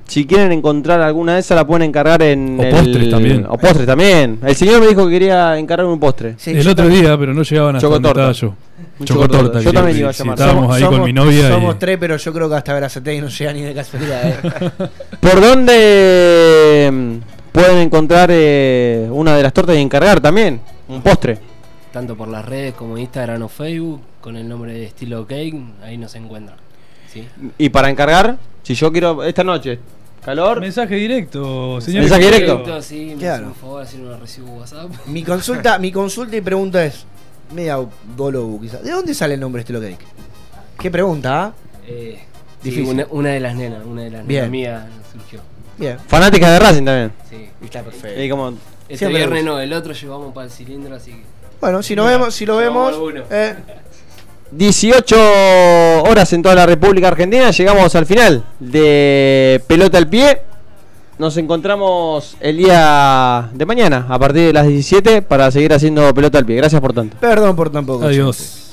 Speaker 3: si quieren encontrar alguna de esas, la pueden encargar en.
Speaker 4: O postres también.
Speaker 3: O postres también. El señor me dijo que quería encargar un postre.
Speaker 4: el otro día, pero no llegaban hasta donde
Speaker 3: Chocotorta.
Speaker 4: estaba yo.
Speaker 3: Un
Speaker 4: Chocotorta.
Speaker 3: chocotorta. Yo
Speaker 4: que-
Speaker 3: también iba a
Speaker 4: sí,
Speaker 3: llamar.
Speaker 4: Estábamos
Speaker 3: Somos-
Speaker 4: ahí con
Speaker 3: somos-
Speaker 4: mi novia
Speaker 5: Somos
Speaker 4: y...
Speaker 5: tres, pero yo creo que hasta Verazategui no llega ni de casualidad. eh.
Speaker 3: ¿Por dónde mm, pueden encontrar eh, una de las tortas y encargar también? Un postre.
Speaker 7: Tanto por las redes como Instagram o Facebook, con el nombre de estilo cake, ahí nos encuentran. ¿sí?
Speaker 3: Y para encargar, si yo quiero esta noche. Calor.
Speaker 4: Mensaje directo,
Speaker 3: señor. Mensaje directo.
Speaker 7: Sí, me
Speaker 5: Claro.
Speaker 7: hacen un favor, así no lo recibo WhatsApp.
Speaker 5: mi consulta, mi consulta y pregunta es, media bolobu quizás. ¿De dónde sale el nombre Estilo Cake? ¿Qué pregunta? ah?
Speaker 7: Eh, sí,
Speaker 5: Difícil.
Speaker 7: una, una de las nenas, una de las nenas
Speaker 5: Bien.
Speaker 7: mías surgió.
Speaker 5: Bien.
Speaker 3: Fanática de Racing también.
Speaker 7: Sí, está perfecto.
Speaker 3: Y como-
Speaker 7: Este
Speaker 5: Siempre
Speaker 7: viernes
Speaker 5: gusta.
Speaker 7: no, el otro llevamos para el cilindro, así que.
Speaker 5: Bueno, si lo
Speaker 7: Mira,
Speaker 5: vemos, si lo
Speaker 7: llevamos
Speaker 5: vemos.
Speaker 7: alguno.
Speaker 5: eh,
Speaker 3: 18 horas en toda la República Argentina. Llegamos al final de Pelota al Pie. Nos encontramos el día de mañana a partir de las 17 para seguir haciendo Pelota al Pie. Gracias por tanto.
Speaker 5: perdón por tampoco.
Speaker 4: Adiós.